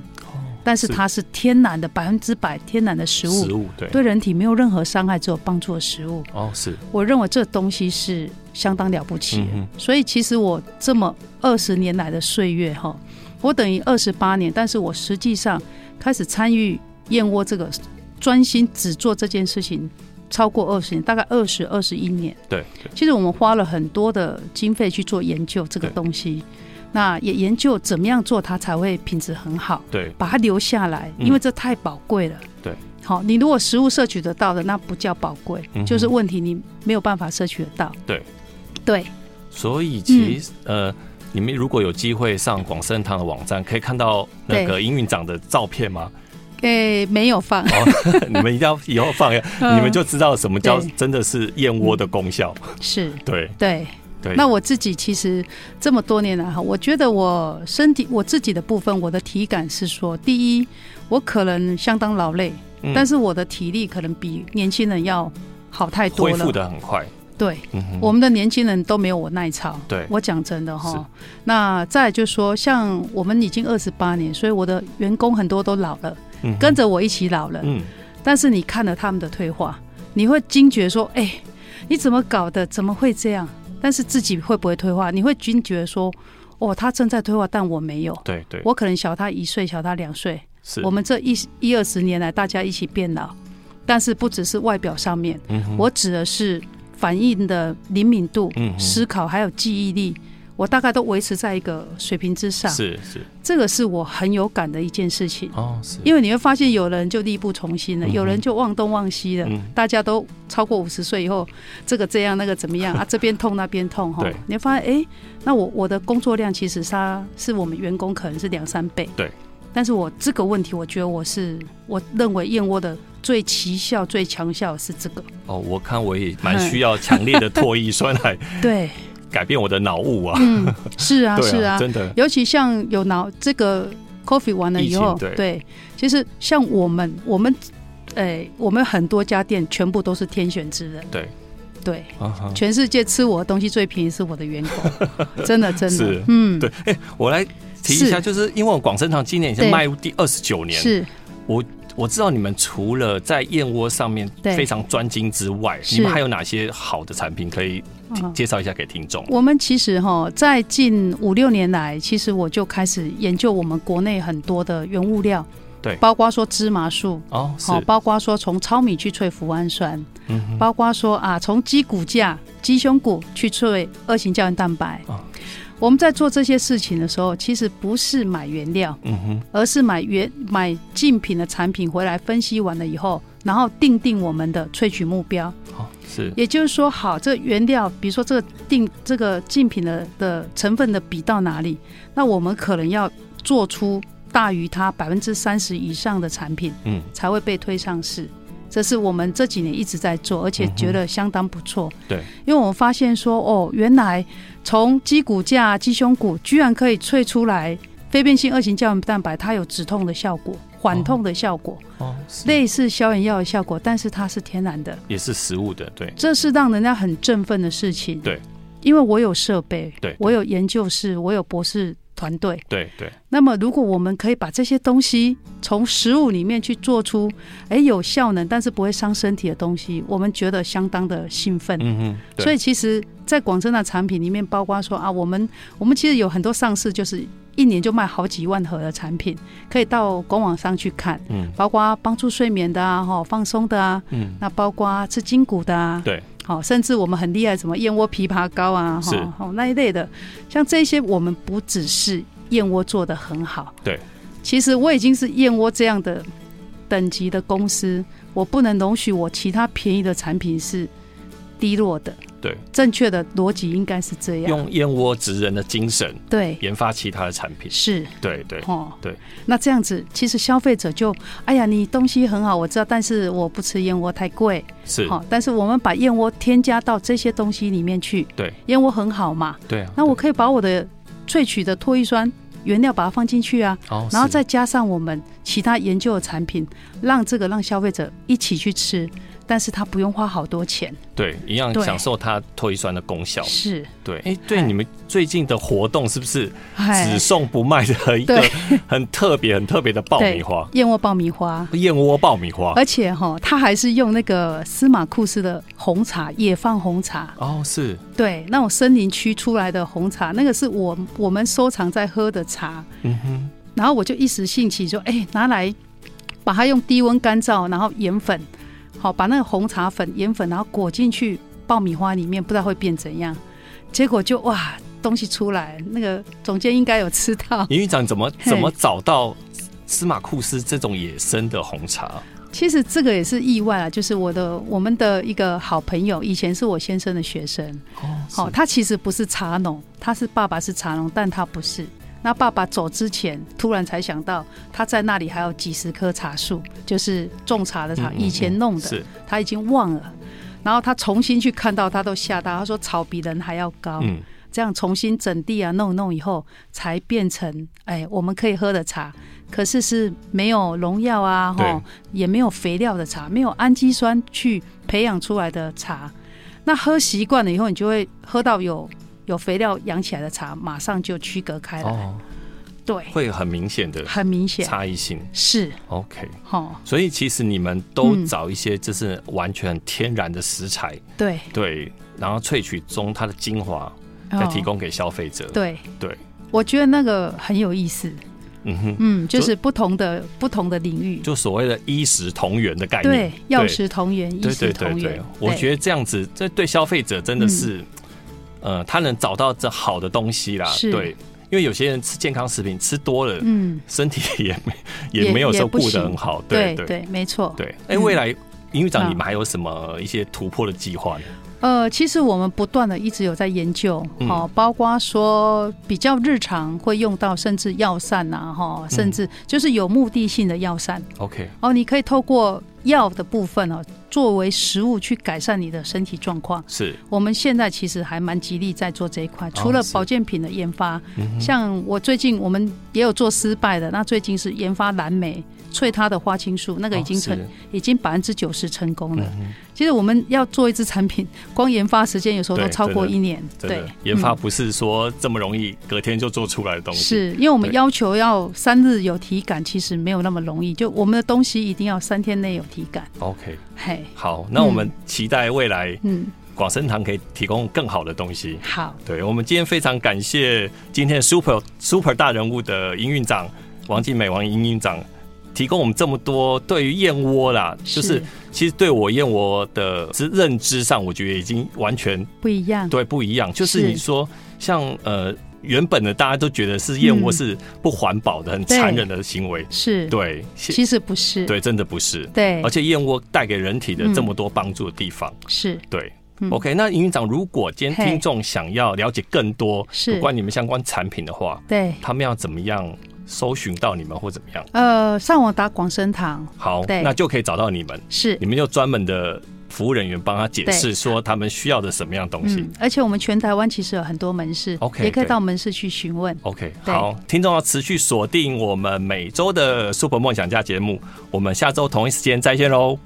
Speaker 2: 但哦是
Speaker 1: 是
Speaker 2: 它是天然的百分之百天然的食物
Speaker 1: 食，物对，
Speaker 2: 对人体没有任何伤害，只有帮助的食物。
Speaker 1: 哦是，
Speaker 2: 我认为这东西是相当了不起的。
Speaker 1: 嗯
Speaker 2: 所以其实我这么二十年来的岁月哈，我等于二十八年，但是我实际上开始参与燕窝这个，专心只做这件事情超过二十年，大概二十二十一年。
Speaker 1: 对对，
Speaker 2: 其实我们花了很多的经费去做研究这个
Speaker 1: 对
Speaker 2: 东西，那也研究怎么样做它才会品质很好。
Speaker 1: 对，
Speaker 2: 把它留下来，
Speaker 1: 嗯
Speaker 2: 因为这太宝贵了。
Speaker 1: 对，
Speaker 2: 好，你如果食物摄取得到的，那不叫宝贵，
Speaker 1: 嗯哼
Speaker 2: 就是问题你没有办法摄取得到。
Speaker 1: 对，
Speaker 2: 对，
Speaker 1: 所
Speaker 2: 嗯
Speaker 1: 以其实、呃，你们如果有机会上广生堂的网站，可以看到那个营运长的照片吗？
Speaker 2: 诶、哎没有放。
Speaker 1: 哦，你们一定要以后放， 你们就知道什么叫
Speaker 2: 嗯对
Speaker 1: 真的是燕窝的功效。
Speaker 2: 嗯是，
Speaker 1: 对
Speaker 2: 对。
Speaker 1: 对，
Speaker 2: 那我自己其实这么多年来哈，我觉得我身体我自己的部分，我的体感是说，第一，我可能相当劳累，
Speaker 1: 嗯
Speaker 2: 但是我的体力可能比年轻人要好太多
Speaker 1: 恢
Speaker 2: 了
Speaker 1: 复。的很快。
Speaker 2: 对，
Speaker 1: 嗯哼，
Speaker 2: 我们的年轻人都没有我耐操。
Speaker 1: 对
Speaker 2: 我讲真的
Speaker 1: 是
Speaker 2: 哈。那再来就说，像我们已经二十八年，所以我的员工很多都老了，
Speaker 1: 嗯哼
Speaker 2: 跟着我一起老了。
Speaker 1: 嗯
Speaker 2: 但是你看了他们的退化，你会惊觉说：“哎、你怎么搞的？怎么会这样？”但是自己会不会退化？你会惊觉说：“哦，他正在退化，但我没有。
Speaker 1: 对对
Speaker 2: 我可能小他一岁，小他两岁。
Speaker 1: 是
Speaker 2: 我们这一一二十年来，大家一起变老，但是不只是外表上面，
Speaker 1: 嗯哼
Speaker 2: 我指的是反应的灵敏度、
Speaker 1: 嗯哼
Speaker 2: 思考还有记忆力，我大概都维持在一个水平之上。
Speaker 1: 是是
Speaker 2: 这个是我很有感的一件事情。
Speaker 1: 哦是
Speaker 2: 因为你会发现，有人就力不从心了，
Speaker 1: 嗯哼
Speaker 2: 有人就忘东忘西了。
Speaker 1: 嗯
Speaker 2: 大家都超过五十岁以后，这个这样那个怎么 样啊？这边痛那边痛哈
Speaker 1: 对。
Speaker 2: 你会啊发现，哎、那我我的工作量其实它是我们员工可能是两三倍。
Speaker 1: 对。
Speaker 2: 但是我这个问题，我觉得我是我认为燕窝的最奇效、最强效的是这个。
Speaker 1: 哦，我看我也蛮
Speaker 2: 嗯
Speaker 1: 需要强烈的唾液酸来
Speaker 2: 对，
Speaker 1: 改变我的脑雾啊。
Speaker 2: 嗯，是啊，
Speaker 1: 对
Speaker 2: 是
Speaker 1: 啊，
Speaker 2: 啊，
Speaker 1: 真的，
Speaker 2: 尤其像有脑这个 coffee 完了以后
Speaker 1: 疫情，对
Speaker 2: 其实像我们我们，哎、我们很多家店全部都是天选之人，
Speaker 1: 对
Speaker 2: 对，
Speaker 1: 啊哈
Speaker 2: 全世界吃我的东西最便宜是我的员 工，真的真的
Speaker 1: 是，
Speaker 2: 嗯，
Speaker 1: 对我来提一下，就是因为我广生堂今年已经
Speaker 2: 对
Speaker 1: 迈入第二十九年，
Speaker 2: 是
Speaker 1: 我知道你们除了在燕窝上面
Speaker 2: 对
Speaker 1: 非常专精之外，
Speaker 2: 是
Speaker 1: 你们还有哪些好的产品可以
Speaker 2: 啊。
Speaker 1: 介绍一下给听众？
Speaker 2: 我们其实哈，在近五六年来，其实我就开始研究我们国内很多的原物料，
Speaker 1: 对
Speaker 2: 包括说芝麻素，
Speaker 1: 哦，是
Speaker 2: 好，，包括说从糙米去萃脯氨酸，
Speaker 1: 嗯哼
Speaker 2: 包括说啊，从鸡骨架、鸡胸骨去萃二型胶原蛋白。
Speaker 1: 哦
Speaker 2: 我们在做这些事情的时候，其实不是买原料，
Speaker 1: 嗯哼，
Speaker 2: 而是买原买竞品的产品回来分析完了以后，然后定定我们的萃取目标。
Speaker 1: 哦，是，
Speaker 2: 也就是说，好，这原料，比如说这个定这个竞品的的成分的比到哪里，那我们可能要做出大于它百分之三十以上的产品。
Speaker 1: 嗯，
Speaker 2: 才会被推上市。这是我们这几年一直在做，而且觉得相当不错。
Speaker 1: 嗯对，
Speaker 2: 因为我们发现说，哦，原来从鸡骨架、鸡胸骨居然可以萃出来非变性二型胶原蛋白，它有止痛的效果、缓痛的效果，
Speaker 1: 哦，是
Speaker 2: 类似消炎药的效果，但是它是天然的，
Speaker 1: 也是食物的，对，
Speaker 2: 这是让人家很振奋的事情。
Speaker 1: 对，
Speaker 2: 因为我有设备，
Speaker 1: 对对
Speaker 2: 我有研究室，我有博士团队，
Speaker 1: 对对，
Speaker 2: 那么，如果我们可以把这些东西从食物里面去做出，哎，有效能但是不会伤身体的东西，我们觉得相当的兴奋。
Speaker 1: 嗯哼，对
Speaker 2: 所以，其实，在广生的产品里面，包括说啊，我们我们其实有很多上市，就是一年就卖好几万盒的产品，可以到官网上去看，
Speaker 1: 嗯
Speaker 2: 包括帮助睡眠的啊，哈、放松的啊，
Speaker 1: 嗯，
Speaker 2: 那包括吃筋骨的啊，
Speaker 1: 对，
Speaker 2: 好、甚至我们很厉害，什么燕窝枇杷膏啊，
Speaker 1: 是
Speaker 2: 哈、哦，那一类的，像这些，我们不只是燕窝做的很好，
Speaker 1: 对，
Speaker 2: 其实我已经是燕窝这样的等级的公司，我不能容许我其他便宜的产品是低落的，
Speaker 1: 对，
Speaker 2: 正确的逻辑应该是这样，
Speaker 1: 用燕窝职人的精神
Speaker 2: 对，
Speaker 1: 研发其他的产品，
Speaker 2: 是，
Speaker 1: 对对，
Speaker 2: 哦，
Speaker 1: 对，
Speaker 2: 那这样子，其实消费者就，哎呀，你东西很好，我知道，但是我不吃燕窝太贵，
Speaker 1: 是，
Speaker 2: 好，但是我们把燕窝添加到这些东西里面去，
Speaker 1: 对，
Speaker 2: 燕窝很好嘛，
Speaker 1: 对啊，
Speaker 2: 那我
Speaker 1: 对
Speaker 2: 可以把我的萃取的唾液酸原料把它放进去啊，
Speaker 1: 哦
Speaker 2: 然后
Speaker 1: 是
Speaker 2: 再加上我们其他研究的产品，让这个让消费者一起去吃，但是他不用花好多钱，
Speaker 1: 对一样
Speaker 2: 对
Speaker 1: 享受它唾液酸的功效，
Speaker 2: 是，
Speaker 1: 对，哎，对，你们最近的活动是不是只
Speaker 2: 哎，
Speaker 1: 送不卖的一个
Speaker 2: 对
Speaker 1: 很特别、很特别的爆米花，
Speaker 2: 燕窝爆米花。
Speaker 1: 燕窝爆米花。
Speaker 2: 而且哈、他还是用那个司马库斯的红茶，野放红茶，
Speaker 1: 哦，是，
Speaker 2: 对，那种森林区出来的红茶，那个是我我们收藏在喝的茶，
Speaker 1: 嗯哼，
Speaker 2: 然后我就一时兴起就，哎拿来，把它用低温干燥，然后研粉，好把那个红茶粉研粉，然后裹进去爆米花里面，不知道会变怎样。结果就哇，东西出来，那个总监应该有吃到。
Speaker 1: 营运长怎么
Speaker 2: 嘿
Speaker 1: 怎么找到司马库斯这种野生的红茶？
Speaker 2: 其实这个也是意外啊，就是我的我们的一个好朋友，以前是我先生的学生，
Speaker 1: 哦，
Speaker 2: 好、他其实不是茶农，他是爸爸是茶农，但他不是。那爸爸走之前，突然才想到他在那里还有几十棵茶树，就是种茶的茶，
Speaker 1: 嗯嗯
Speaker 2: 以前弄的，
Speaker 1: 是
Speaker 2: 他已经忘了。然后他重新去看到，他都吓到，他说草比人还要高，
Speaker 1: 嗯，
Speaker 2: 这样重新整地啊弄一弄以后，才变成哎我们可以喝的茶，可是是没有农药啊，
Speaker 1: 对
Speaker 2: 吼，也没有肥料的茶，没有氨基酸去培养出来的茶。那喝习惯了以后，你就会喝到有有肥料养起来的茶，马上就区隔开来，
Speaker 1: 哦，
Speaker 2: 对，
Speaker 1: 会有很明显的
Speaker 2: 很明显
Speaker 1: 差异性。
Speaker 2: 是
Speaker 1: OK，
Speaker 2: 哈，
Speaker 1: 所以其实你们都
Speaker 2: 嗯
Speaker 1: 找一些就是完全天然的食材，
Speaker 2: 对，
Speaker 1: 对，然后萃取中它的精华再提
Speaker 2: 哦
Speaker 1: 供给消费者。
Speaker 2: 对
Speaker 1: 对，
Speaker 2: 我觉得那个很有意思。
Speaker 1: 嗯哼，
Speaker 2: 嗯，就
Speaker 1: 就是
Speaker 2: 不同的不同的领域，
Speaker 1: 就所谓的衣食同源的概念。
Speaker 2: 对，药食同源，医
Speaker 1: 对
Speaker 2: 食
Speaker 1: 对
Speaker 2: 同
Speaker 1: 对
Speaker 2: 源。
Speaker 1: 对，我觉得这样子，这对消费者真的是，呃，他能找到这好的东西啦。
Speaker 2: 嗯是
Speaker 1: 对，因为有些人吃健康食品吃多了，
Speaker 2: 嗯，
Speaker 1: 身体也没
Speaker 2: 也
Speaker 1: 也没有
Speaker 2: 也
Speaker 1: 说
Speaker 2: 不
Speaker 1: 顾得
Speaker 2: 行
Speaker 1: 很好。
Speaker 2: 对
Speaker 1: 对
Speaker 2: 对，没错。
Speaker 1: 对，哎，未
Speaker 2: 嗯
Speaker 1: 来。营运长，
Speaker 2: 嗯
Speaker 1: 你们还有什么一些突破的计划呢？
Speaker 2: 呃，其实我们不断的一直有在研究，
Speaker 1: 嗯
Speaker 2: 哦，包括说比较日常会用到，甚至药膳呐、哈、
Speaker 1: 嗯
Speaker 2: 甚至就是有目的性的药膳。
Speaker 1: OK，
Speaker 2: 哦，你可以透过药的部分哦，作为食物去改善你的身体状况。
Speaker 1: 是
Speaker 2: 我们现在其实还蛮极力在做这一块，除了
Speaker 1: 哦是
Speaker 2: 保健品的研发，
Speaker 1: 嗯哼
Speaker 2: 像我最近我们也有做失败的，那最近是研发蓝莓萃它的花青素，那个已经
Speaker 1: 哦
Speaker 2: 成、
Speaker 1: 是
Speaker 2: 已经百分之九十成功了。
Speaker 1: 嗯
Speaker 2: 其实我们要做一支产品，光研发时间有时候都
Speaker 1: 对
Speaker 2: 超过
Speaker 1: 真的
Speaker 2: 一年，
Speaker 1: 真
Speaker 2: 对
Speaker 1: 的，研发
Speaker 2: 嗯
Speaker 1: 不是说这么容易，隔天就做出来的东西。
Speaker 2: 是因为我们
Speaker 1: 对
Speaker 2: 要求要三日有体感，其实没有那么容易。就我们的东西一定要三天内有体感，
Speaker 1: OK，
Speaker 2: 嘿，
Speaker 1: 好，那我们期待未来
Speaker 2: 嗯，
Speaker 1: 广生堂可以提供更好的东西。
Speaker 2: 好，
Speaker 1: 对我们今天非常感谢今天的 Super Super 大人物的营运长王静美王营运长提供我们这么多对于燕窝啦，就是其实对我燕窝的知认知上，我觉得已经完全
Speaker 2: 不一样，
Speaker 1: 对不一样。就是
Speaker 2: 是
Speaker 1: 你说像呃原本的大家都觉得是燕窝
Speaker 2: 嗯
Speaker 1: 是不环保的、很
Speaker 2: 对
Speaker 1: 残忍的行为，
Speaker 2: 是，
Speaker 1: 对，现
Speaker 2: 其实不是，
Speaker 1: 对真的不是。
Speaker 2: 对
Speaker 1: 而且燕窝带给人体的这么多帮助的地方，
Speaker 2: 是，
Speaker 1: 对。
Speaker 2: 嗯
Speaker 1: OK，那营运长，如果今天
Speaker 2: 嘿
Speaker 1: 听众想要了解更多
Speaker 2: 是
Speaker 1: 有关你们相关产品的话，
Speaker 2: 对，
Speaker 1: 他们要怎么样搜寻到你们或怎么样？
Speaker 2: 呃，上网打广生堂
Speaker 1: 好，
Speaker 2: 对
Speaker 1: 那就可以找到你们，
Speaker 2: 是
Speaker 1: 你。们就专门的服务人员帮他解释说他们需要的什么样的东西。
Speaker 2: 嗯，而且我们全台湾其实有很多门市
Speaker 1: OK，
Speaker 2: 也可以
Speaker 1: 对
Speaker 2: 到门市去询问。
Speaker 1: OK，
Speaker 2: 对
Speaker 1: 好，听众要持续锁定我们每周的 Super 梦想家节目，我们下周同一时间再见喽，